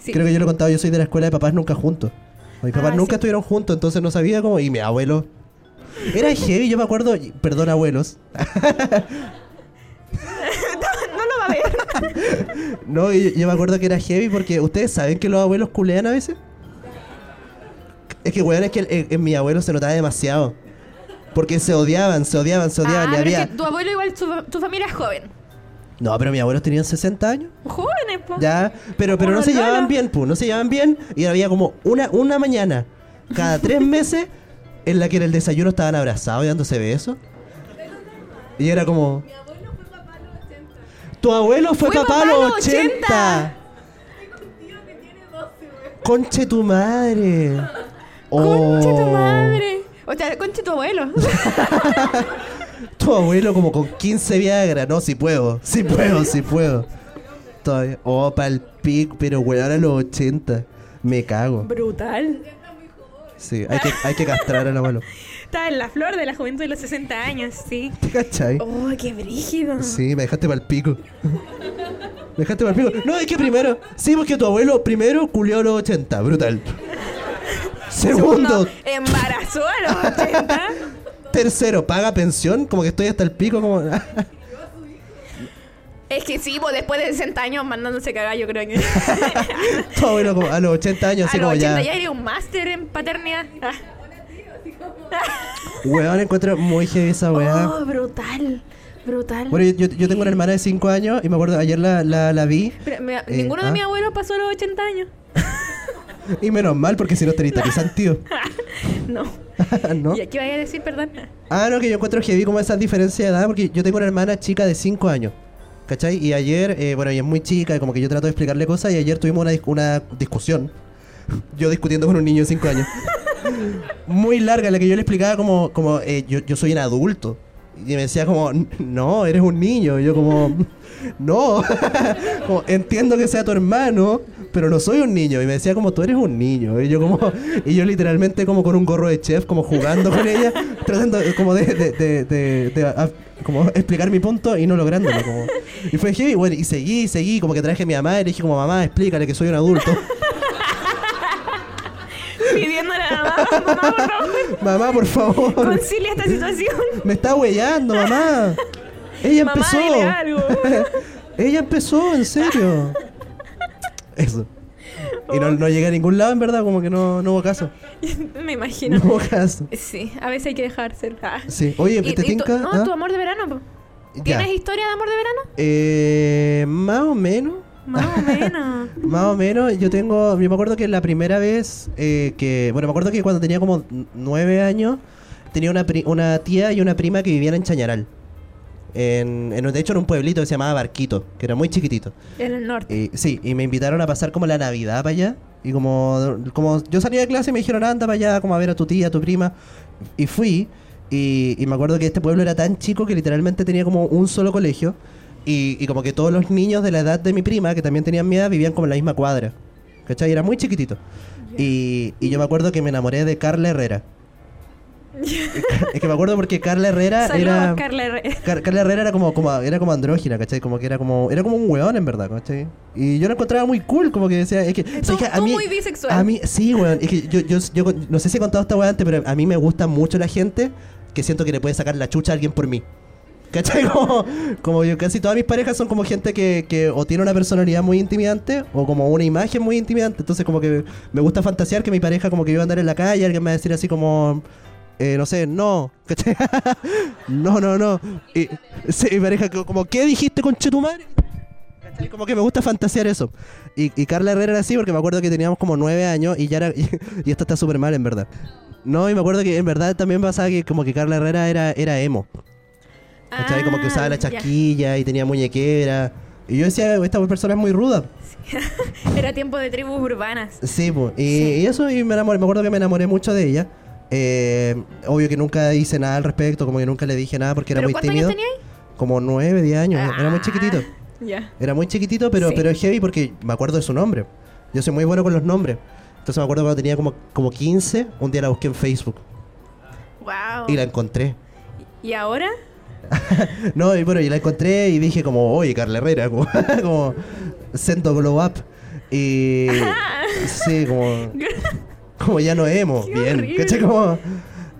S3: Sí.
S1: Creo que yo lo he contado, yo soy de la escuela de papás nunca juntos. Mis papás
S3: Ah,
S1: nunca
S3: sí.
S1: estuvieron juntos, entonces no sabía cómo. Y mi abuelo. Era heavy, yo me acuerdo. y- Perdón, abuelos.
S3: no, no lo va a ver.
S1: No, y- yo me acuerdo que era heavy porque ustedes saben que los abuelos culean a veces. Es que, weón, es que el- eh, en, en mi abuelo se notaba demasiado. Porque se odiaban, se odiaban, se odiaban. y
S3: ah, pero
S1: había...
S3: es que tu abuelo igual, su, tu familia es joven.
S1: No, pero mis abuelos tenían 60 años.
S3: Jóvenes, po.
S1: Ya, pero, pero no
S3: Unos
S1: se llevaban
S3: lolos.
S1: bien, pues, no se llevaban bien. Y había como una, una mañana cada tres meses en la que en el desayuno estaban abrazados y dándose besos. Y yo era como... Tu abuelo fue,
S12: Fue
S1: papá a
S12: papá a
S1: los
S12: los
S1: 80. Conche tu madre.
S3: Conche tu
S1: Oh.
S3: madre. O sea, conche tu abuelo.
S1: Tu abuelo como con 15 Viagra. No, si puedo. Si puedo, si puedo. Todavía. Oh, pal pic, pero weón, ahora a los 80. Me cago.
S3: Brutal.
S1: Sí, hay que, hay que castrar al abuelo.
S3: Está en la flor de la juventud de los 60 años, sí.
S1: ¿Te cachai?
S3: Oh, qué brígido.
S1: Sí, me dejaste pal pico. Me dejaste pal pico. No, es que primero. Sí, porque tu abuelo primero culió a los 80. Brutal. Segundo,
S3: Embarazó a los 80.
S1: tercero, paga pensión. Como que estoy hasta el pico. Como...
S3: Es que sí, pues después de 60 años mandándose cagar, yo creo que.
S1: tu abuelo como a los 80 años,
S3: a
S1: así
S3: los
S1: como
S3: 80
S1: ya.
S3: ya eres un máster en paternidad. Ah.
S1: Weón, encuentro muy heavy esa weá.
S3: Oh, brutal. Brutal.
S1: Bueno, yo, yo- yo tengo una hermana de 5 años y me acuerdo, ayer la, la, la vi.
S3: Pero me-
S1: Eh,
S3: ninguno de
S1: ah.
S3: mis abuelos pasó los 80 años.
S1: Y menos mal, porque si no estaría tan tío.
S3: No.
S1: ¿No?
S3: ¿Y aquí voy a decir, perdón?
S1: Ah, no, que yo encuentro heavy como esa diferencia de edad, porque yo tengo una hermana chica de 5 años. ¿Cachai? Y ayer, eh, bueno, ella es muy chica y como que yo trato de explicarle cosas y ayer tuvimos una, dis- una discusión. Yo discutiendo con un niño de 5 años. muy larga, en la que yo le explicaba como, como eh, yo, yo soy un adulto. Y me decía como, no, eres un niño. Y yo como, no. como, entiendo que sea tu hermano, pero no soy un niño. Y me decía como, tú eres un niño. Y yo como, y yo literalmente como con un gorro de chef, como jugando con ella, tratando eh, como de, de- de- de- de, ah, como explicar mi punto y no lográndolo. Como. Y fue heavy, bueno, y seguí, seguí, como que traje a mi mamá y le dije como, mamá, explícale que soy un adulto.
S3: Pidiéndole a la mamá, mamá, por favor,
S1: mamá, por favor.
S3: concilia esta situación.
S1: Me está huellando, mamá. Ella
S3: Mamá,
S1: empezó.
S3: dile algo.
S1: Ella empezó, en serio. Eso. Y no, no llegué a ningún lado, en verdad, como que no, no hubo caso.
S3: Me imagino.
S1: No hubo caso.
S3: Sí, a veces hay que dejarse. Ah.
S1: Sí. Oye,
S3: ¿Y-
S1: ¿te
S3: y tu-
S1: tinca?
S3: No,
S1: Ah.
S3: tu amor de verano. po.
S1: Ya.
S3: ¿Tienes historia de amor de verano?
S1: Eh, más o menos.
S3: Más o menos.
S1: Más o menos, yo tengo, yo me acuerdo que la primera vez eh, que, bueno, me acuerdo que cuando tenía como nueve años, tenía una, pri- una tía y una prima que vivían en Chañaral. En, en- de hecho, en un pueblito que se llamaba Barquito, que era muy chiquitito.
S3: En el norte.
S1: Y- sí, y me invitaron a pasar como la Navidad para allá. Y como, como yo salía de clase y me dijeron, anda para allá, como a ver a tu tía, a tu prima. Y fui. Y, y me acuerdo que este pueblo era tan chico que literalmente tenía como un solo colegio. Y, y como que todos los niños de la edad de mi prima, que también tenían mi edad, vivían como en la misma cuadra. ¿Cachai? Era muy chiquitito. Y, y yo me acuerdo que me enamoré de Carla Herrera. es que me acuerdo porque Carla Herrera
S3: Saludos,
S1: era...
S3: Carla Herrera.
S1: Car- Carla Herrera era como, como era como andrógina, ¿cachai? Como que era como era como un weón en verdad, ¿cachai? Y yo la encontraba muy cool, como que decía, es que, ¿sabes qué? a
S3: tú
S1: mí
S3: muy bisexual.
S1: A mí sí, weón, es que yo, yo, yo- no sé si he contado esta weá antes, pero a mí me gusta mucho la gente que siento que le puede sacar la chucha a alguien por mí. ¿Cachai? Como, como yo, casi todas mis parejas son como gente que, que o tiene una personalidad muy intimidante o como una imagen muy intimidante. Entonces como que me gusta fantasear que mi pareja como que yo iba a andar en la calle, alguien me va a decir así como, eh, no sé, no. ¿Cachai? no, no, no. Y, sí, mi pareja co- como, ¿qué dijiste con tu madre? ¿Cachai? Como que me gusta fantasear eso. Y, y Carla Herrera era así porque me acuerdo que teníamos como nueve años y ya era... Y, esto está súper mal, en verdad. No, y me acuerdo que en verdad también pasaba que como que Carla Herrera era, era emo. ¿Cachai? como que usaba la
S3: ya.
S1: chasquilla y tenía muñequera. Y yo decía, esta persona es muy ruda. Eh.
S3: Era tiempo de tribus urbanas.
S1: Sí, po. Y, y eso, y me enamoré. Me acuerdo que me enamoré mucho de ella. Eh, obvio que nunca hice nada al respecto, como que nunca le dije nada porque era
S3: ¿Pero
S1: muy
S3: cuántos
S1: tímido.
S3: años tenía ahí?
S1: Como nueve, diez años. Era muy chiquitito.
S3: Ya.
S1: Era muy chiquitito, pero,
S3: Sí.
S1: pero es heavy porque me acuerdo de su nombre. Yo soy muy bueno con los nombres. Entonces me acuerdo cuando tenía como, como 15, un día la busqué en Facebook
S3: Wow.
S1: y la encontré.
S3: ¿Y ahora?
S1: No, y bueno, y la encontré y dije como, oye, Carla Herrera, como, como sendo glow up. Y sí, como, como ya no hemos, bien,
S3: horrible.
S1: ¿cachai? Como,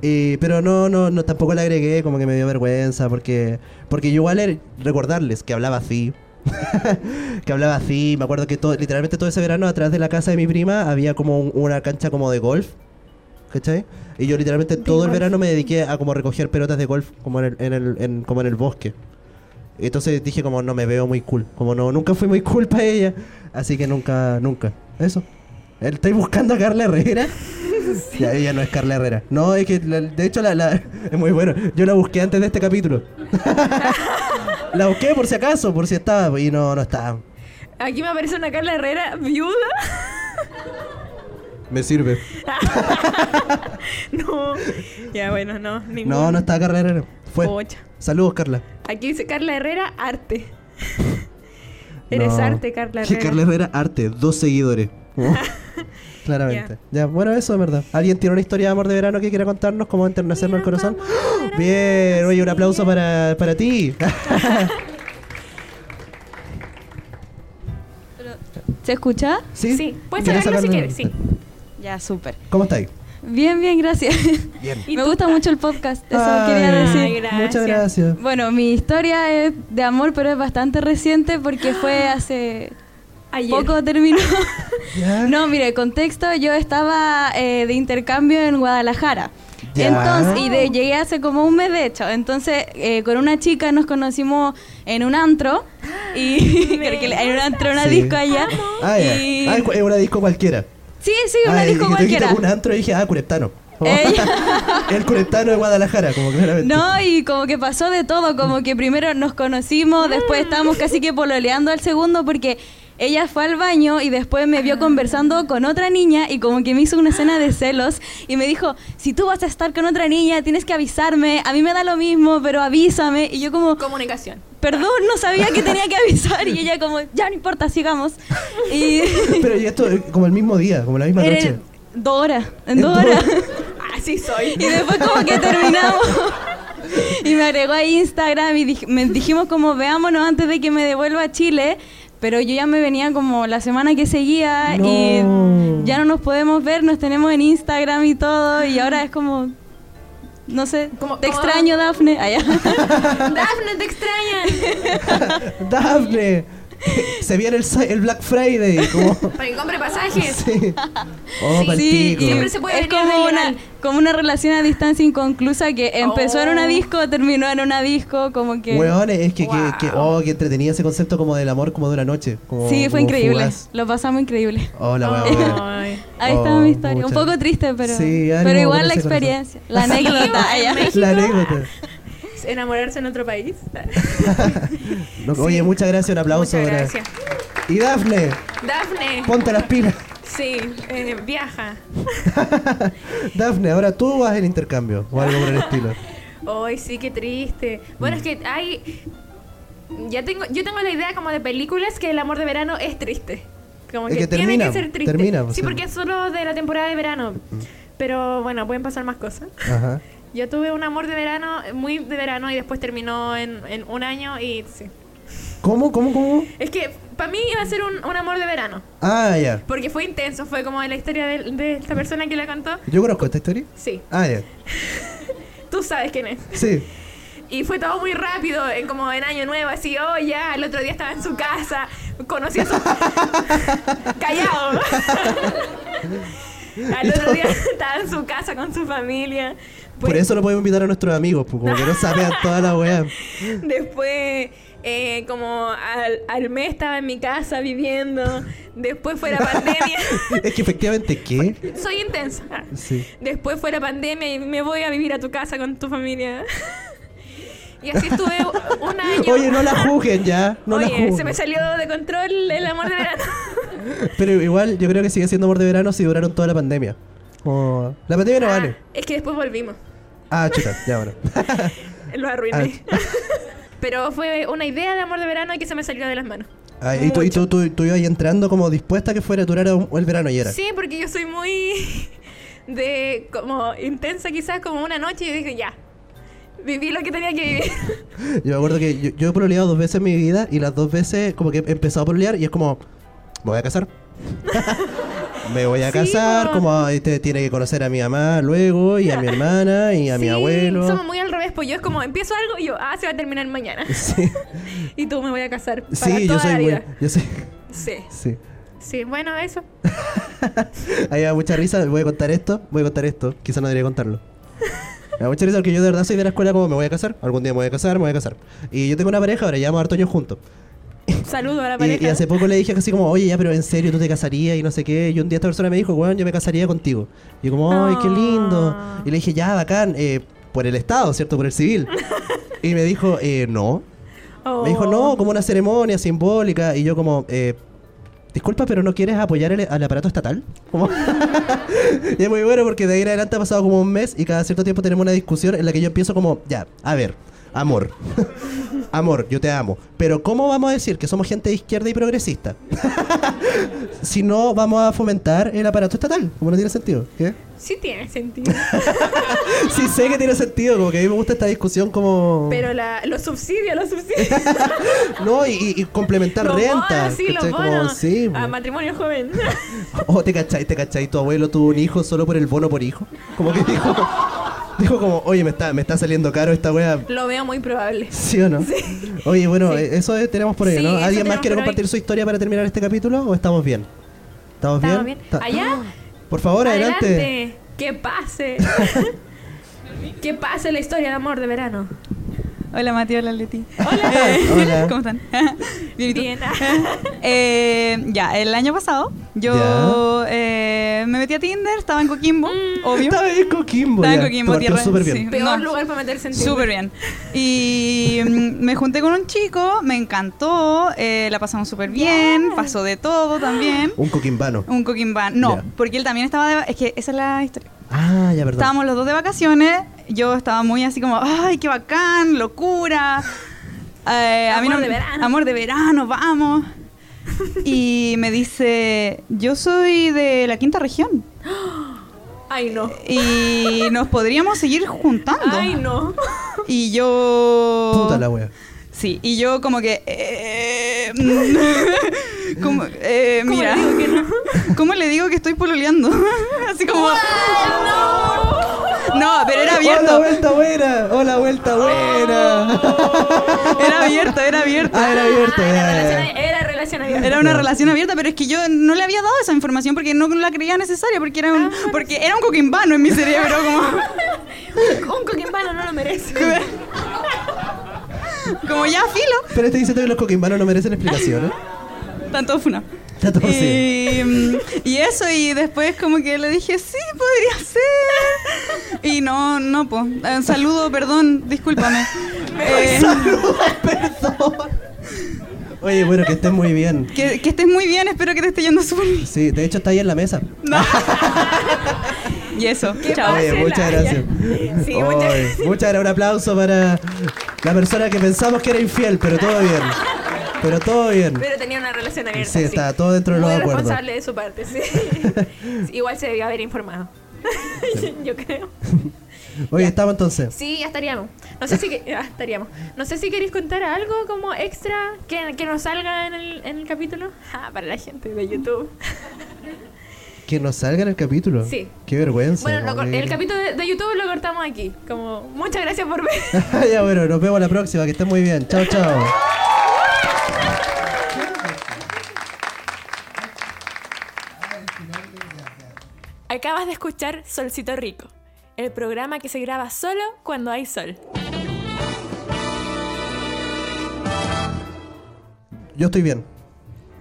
S1: y- pero no, no, no, tampoco la agregué, como que me dio vergüenza, porque, porque yo igual era- recordarles que hablaba así, que hablaba así, me acuerdo que todo, literalmente todo ese verano atrás de la casa de mi prima había como un- una cancha como de golf, ¿cachai? Y yo literalmente todo el
S2: golf.
S1: verano me dediqué a como recoger pelotas de golf como en el, en el- en- como en el bosque. Entonces dije como no me veo muy cool, como no nunca fui muy cool para ella, así que nunca nunca. Eso. ¿Estáis buscando a Carla Herrera? Ya, ella no es Carla Herrera. No, es que la- de hecho la, la- es muy bueno. Yo la busqué antes de este capítulo. la busqué por si acaso, por si estaba. Y no, no estaba.
S3: Aquí me aparece una Carla Herrera viuda.
S1: Me sirve.
S3: no. Ya, bueno, no. Ningún.
S1: No, no estaba Carla Herrera. Fue.
S3: Pocha.
S1: Saludos, Carla.
S3: Aquí dice Carla Herrera, arte. Eres
S1: No.
S3: arte, Carla
S1: Sí,
S3: Herrera.
S1: Carla Herrera, arte. Dos seguidores. Uh, Claramente. Ya, bueno, eso es verdad. ¿Alguien tiene una historia de amor de verano que quiera contarnos? ¿Cómo enternecernos el corazón? ¡Oh! Bien, oye, un aplauso para, para ti.
S7: ¿Se escucha?
S1: Sí.
S7: Sí,
S1: puedes Ya sacarlo si sacarlo. quieres, sí.
S7: Ya, súper.
S1: ¿Cómo estáis?
S7: Bien, bien, gracias.
S1: Bien.
S7: Me gusta mucho el podcast, eso
S1: Ay,
S7: quería decir.
S1: gracias. muchas gracias.
S7: Bueno, mi historia es de amor, pero es bastante reciente porque fue hace poco terminó. no, mire, contexto, yo estaba eh, de intercambio en Guadalajara.
S14: Ya.
S7: Entonces, y de, llegué hace como un mes de hecho. Entonces, eh, con una chica nos conocimos en un antro. Y porque en un antro, una
S1: Sí.
S7: disco allá.
S1: Ah, ya.
S7: y-
S1: Ah, es cu- es una disco cualquiera.
S7: Sí, sí, una
S1: Ah,
S7: disco
S1: dije, te dijiste
S7: cualquiera.
S1: un antro y dije, ah, Cureptano.
S7: Ella-
S1: El Cureptano de Guadalajara, como claramente.
S7: No, y como que pasó de todo, como que primero nos conocimos, después estábamos casi que pololeando al segundo porque ella fue al baño y después me vio conversando con otra niña y como que me hizo una escena de celos y me dijo, si tú vas a estar con otra niña, tienes que avisarme, a mí me da lo mismo, pero avísame. Y yo como... Comunicación. Perdón, no sabía que tenía que avisar y ella como, ya no importa, sigamos. Y
S1: Pero y esto eh, como el mismo día, como la misma
S7: Era-
S1: noche.
S7: dos horas, en dos horas.
S3: Así soy.
S7: Y después como que terminamos. Y me agregó a Instagram y dij- me dijimos como veámonos antes de que me devuelva a Chile. Pero yo ya me venía como la semana que seguía y ya no nos podemos ver, nos tenemos en Instagram y todo. Y ahora es como, no sé, te
S3: cómo?
S7: extraño Dafne. Ah, ya.
S3: Dafne, te extrañan.
S1: Dafne. Se viene el, Sa- el Black Friday. Como...
S3: Para que compre pasajes.
S1: Sí. Oh,
S7: Sí,
S1: palpico.
S7: y es como una, como una relación a distancia inconclusa que empezó en una disco, terminó en una disco, como que...
S1: Weón, es que, que, que- oh, que entretenía ese concepto como del amor como de una noche. como-
S7: Sí, fue
S1: como
S7: increíble.
S1: fugaz.
S7: Lo pasamos increíble.
S1: Oh, la weá.
S7: Ahí está
S1: Oh,
S7: mi historia. Un
S1: pucha.
S7: poco triste, pero,
S1: Sí, ánimo
S7: pero
S1: con
S7: igual la
S1: ese corazón.
S7: experiencia, la anécdota.
S3: Ay,
S7: allá.
S3: México.
S1: La anécdota.
S3: Enamorarse en otro país.
S1: No, Oye, muchas gracias, un aplauso.
S3: Muchas
S1: ahora.
S3: gracias.
S1: Y Dafne,
S3: Dafne.
S1: ponte las pilas.
S3: Sí, eh, viaja.
S1: Dafne, ahora tú vas al intercambio o algo por el estilo.
S3: Ay, sí, qué triste. Bueno, es que hay. Ya tengo, yo tengo la idea como de películas que el amor de verano es triste. Como
S1: Es
S3: que,
S1: que
S3: tiene
S1: termina,
S3: que ser triste.
S1: termina, o
S3: sí,
S1: sea. Mm.
S3: porque es solo de la temporada de verano. Pero bueno, pueden pasar más cosas.
S1: Ajá.
S3: Yo tuve un amor de verano, eh, muy de verano, y después terminó en, en un año y sí.
S1: ¿Cómo, cómo, cómo?
S3: Es que para mí iba a ser un, un amor de verano.
S1: Ah, ya.
S3: Porque fue intenso, fue como la historia de, de esta persona que la contó.
S1: ¿Yo conozco esta historia?
S3: Sí,
S1: Ah, ya.
S3: tú sabes quién es.
S1: Sí.
S3: Y fue todo muy rápido, en como en Año Nuevo, así, oh ya, el otro día estaba en su casa, conocí a su... Callado. Al otro día estaba en su casa con su familia. Pues,
S1: Por eso no podemos invitar a nuestros amigos, pues, como que no saben toda la weá.
S3: Después, eh, como al, al mes estaba en mi casa viviendo. Después fue la pandemia.
S1: Es que efectivamente, ¿qué?
S3: Soy intensa.
S1: Sí.
S3: Después fue la pandemia y me voy a vivir a tu casa con tu familia. Y así estuve un año.
S1: Oye, no la juzguen ya. No la
S3: Oye,
S1: juzguen.
S3: se me salió de control el amor de verano.
S1: Pero igual, yo creo que sigue siendo amor de verano si duraron toda la pandemia.
S3: Oh.
S1: Como- La pandemia no
S3: Ah.
S1: vale.
S3: Es que después volvimos.
S1: Ah, chuta, ya bueno.
S3: Lo
S1: Ah,
S3: arruiné. Pero fue una idea de amor de verano y que se me salió de las manos.
S1: Ah, y tú, y tú, tú, tú ibas ahí entrando como dispuesta a que fuera a durar un- el verano y era.
S3: Sí, porque yo soy muy de como intensa quizás como una noche y dije ya. Viví lo que tenía que vivir.
S1: Yo me acuerdo que yo, yo he proleado dos veces en mi vida y las dos veces como que he empezado a prolear y es como, me voy a casar. me voy a
S3: Sí,
S1: casar,
S3: po.
S1: como este tiene que conocer a mi mamá luego y a mi hermana y a mi
S3: Sí,
S1: abuelo.
S3: Somos muy al revés, pues yo es como empiezo algo y yo, ah, se va a terminar mañana.
S1: Sí,
S3: Y tú me voy a casar. Para
S1: sí
S3: toda
S1: yo soy
S3: la
S1: muy...
S3: vida.
S1: Yo soy...
S3: Sí,
S1: Sí.
S3: sí, bueno, eso.
S1: Ahí me da mucha risa, voy a contar esto, voy a contar esto, quizá no debería contarlo. Me da mucha risa porque yo de verdad soy de la escuela como me voy a casar, algún día me voy a casar, me voy a casar. Y yo tengo una pareja, ahora llevamos harto años juntos.
S3: Saludo a la
S1: Y,
S3: pareja.
S1: y hace poco le dije así como, oye, ya, pero en serio, tú te casarías y no sé qué. Y un día esta persona me dijo, weón, yo me casaría contigo. Y yo como, ay, qué
S3: Ah.
S1: lindo. Y le dije, ya, bacán, eh, por el Estado, ¿cierto? Por el civil. y me dijo, eh, no.
S3: Oh.
S1: Me dijo, no, como una ceremonia simbólica. Y yo como, eh, disculpa, pero ¿no quieres apoyar el- al aparato estatal? Como- y es muy bueno porque de ahí en adelante ha pasado como un mes y cada cierto tiempo tenemos una discusión en la que yo empiezo como, ya, a ver, amor. Amor, yo te amo. Pero ¿cómo vamos a decir que somos gente de izquierda y progresista? si no vamos a fomentar el aparato estatal, como no tiene sentido. ¿Qué?
S3: Sí tiene sentido.
S1: Sí sé que tiene sentido, como que a mí me gusta esta discusión como...
S3: Pero la, los subsidios, los subsidios.
S1: No, y- y, y complementar
S3: los
S1: renta.
S3: bonos, sí, los
S1: ¿cachai? Como,
S3: bonos.
S1: sí, pues.
S3: a
S1: po.
S3: matrimonio joven.
S1: Oh, te cachai, te cachai, tu abuelo tuvo un hijo solo por el bono por hijo. Como que dijo, dijo como, oye, me está, me está saliendo caro esta wea.
S3: Lo veo muy probable.
S1: ¿Sí o no? Oye, bueno, eh, eso es- tenemos por ahí,
S3: Sí,
S1: ¿no?
S3: eso
S1: ¿Alguien más
S3: tenemos
S1: quiere
S3: por hoy.
S1: compartir su historia para terminar este capítulo o estamos bien? ¿Estamos,
S3: ¿Estamos bien?
S1: Ta-
S3: Allá,
S1: Ah, Por favor, adelante.
S3: adelante. Que pase. que pase la historia del amor de verano.
S7: Hola Mati, hola Leti.
S3: Hola.
S1: Eh, Hola.
S7: ¿Cómo están? Bien, ¿y tú? Eh, ya, el año pasado yo eh, me metí a Tinder, estaba en Coquimbo, obvio.
S1: Estaba en Coquimbo.
S7: Estaba en
S1: ya,
S7: Coquimbo,
S1: te partió
S7: tierra.
S1: súper bien.
S3: Peor lugar para meterse en Tinder.
S7: Súper bien. Y mm, me junté con un chico, me encantó, eh, la pasamos súper bien, pasó de todo también.
S1: Un coquimbano.
S7: Un coquimbán. No,
S1: Ya.
S7: porque él también estaba de... va- Es que esa es la historia.
S1: Ah, ya, perdón.
S7: Estábamos los dos de vacaciones, yo estaba muy así como, ay, qué bacán, locura. Eh, a mí
S3: Amor
S7: no-
S3: de verano.
S7: Amor de verano, vamos. Y me dice, yo soy de la quinta región
S3: Ay, no.
S7: y nos podríamos seguir juntando.
S3: Ay, no.
S7: Y yo...
S1: Puta la wea.
S7: Sí, y yo como que... eh, mm, como, eh, mira, ¿cómo le digo que estoy pololeando? Así como... No, pero era abierto.
S1: Hola, vuelta buena. Hola, vuelta buena.
S7: Era abierto, era abierto.
S1: Ah, era abierto. ya, ya, ya.
S3: Era relación abierta.
S7: Era una
S1: Ya.
S7: relación abierta, pero es que yo no le había dado esa información porque no la creía necesaria, porque era
S3: Ah,
S7: un, porque era un coquimbano en mi cerebro, como,
S3: Un coquimbano no lo merece.
S7: como ya filo.
S1: Pero estoy diciendo que los coquimbanos no merecen explicación, ¿eh?
S7: Tanto funa.
S1: Está todo así.
S7: Y, mm, y eso, y después como que le dije, sí, podría ser. Y no, no, po. Eh, Saludo, perdón, discúlpame. Eh,
S1: Oye, bueno, que estés muy bien.
S7: que, que estés muy bien, espero que te esté yendo súper bien.
S1: Sí, de hecho está ahí en la mesa.
S7: Y eso,
S1: Oye,
S7: chao.
S1: muchas gracias.
S7: Sí,
S1: Oye,
S7: muchas
S1: muchas gracias. Un aplauso para la persona que pensamos que era infiel, pero todo bien. Pero todo bien.
S3: Pero tenía una relación abierta.
S1: Sí, está todo dentro de
S3: Muy
S1: los acuerdos.
S3: responsable de su parte, sí. Sí, Igual se debió haber informado. Yo creo.
S1: Oye, estamos entonces.
S3: Sí, ya estaríamos. No sé si que- ya estaríamos. No sé si queréis contar algo como extra que, que nos salga en el, en el capítulo. Ah, para la gente de YouTube.
S1: Que nos salga en el capítulo.
S3: Sí.
S1: Qué vergüenza.
S3: Bueno, lo
S1: como
S3: cor-
S1: que-
S3: el capítulo de, de YouTube lo cortamos aquí. Como, muchas gracias por ver.
S1: ya, bueno, nos vemos la próxima. Que estén muy bien. Chao, chao.
S3: Acabas de escuchar Solcito Rico, el programa que se graba solo cuando hay sol.
S1: Yo estoy bien.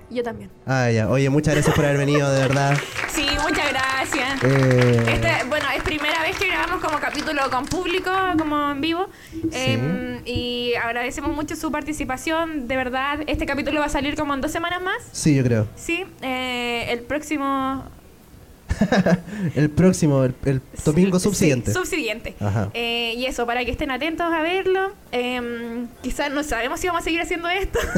S3: Yo también.
S1: Ah, ya. Oye, muchas gracias por haber venido, de verdad.
S3: Sí, muchas gracias.
S1: Eh.
S3: Este, bueno, es primera vez que grabamos como capítulo con público, como en vivo. Em, y agradecemos mucho su participación. De verdad, este capítulo va a salir como en dos semanas más.
S1: Sí, yo creo.
S3: Sí, eh, el próximo
S1: El próximo, el, el domingo subsiguiente.
S3: subsiguiente.
S1: Ajá.
S3: Eh, y eso, para que estén atentos a verlo. Em, quizás no sabemos si vamos a seguir haciendo esto.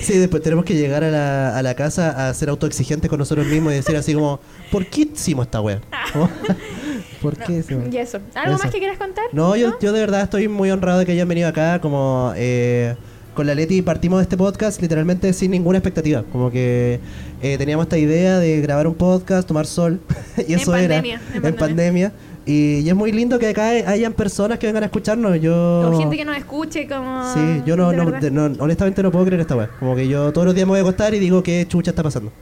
S1: Sí, después tenemos que llegar a la, a la casa a ser autoexigentes con nosotros mismos y decir así como, ¿por qué hicimos esta wea? Como, ¿Por qué hicimos?
S3: Y eso. ¿Algo
S1: Eso.
S3: más que quieras contar?
S1: No, yo, yo de verdad estoy muy honrado de que hayan venido acá, como eh, con la Leti partimos de este podcast literalmente sin ninguna expectativa, como que eh, teníamos esta idea de grabar un podcast, tomar sol, y
S3: En
S1: eso
S3: pandemia,
S1: era en
S3: en
S1: pandemia.
S3: pandemia.
S1: Y, y es muy lindo que acá hayan personas que vengan a escucharnos. Yo...
S3: Con gente que nos escuche, como.
S1: Sí, yo no,
S3: de
S1: no,
S3: verdad.
S1: de- no- honestamente no puedo creer esta weá. Como que yo todos los días me voy a acostar y digo qué chucha está pasando.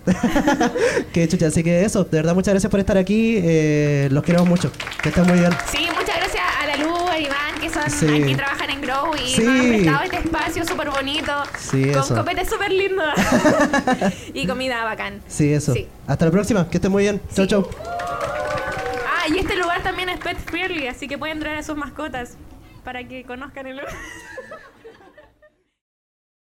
S1: qué chucha. Así que eso, de verdad muchas gracias por estar aquí. eh, los queremos mucho. Que estén muy bien.
S3: Sí, muchas gracias a la Lu, a Iván, que son
S1: Sí.
S3: aquí trabajan en Grow y
S1: Sí.
S3: nos han prestado este espacio súper bonito.
S1: Sí,
S3: con
S1: eso.
S3: copete súper lindo. y comida bacán.
S1: Sí, eso.
S3: Sí.
S1: Hasta la próxima. Que estén muy bien. Chau, chau.
S3: Ah, y este lugar también es pet friendly, así que pueden traer a sus mascotas para que conozcan el lugar.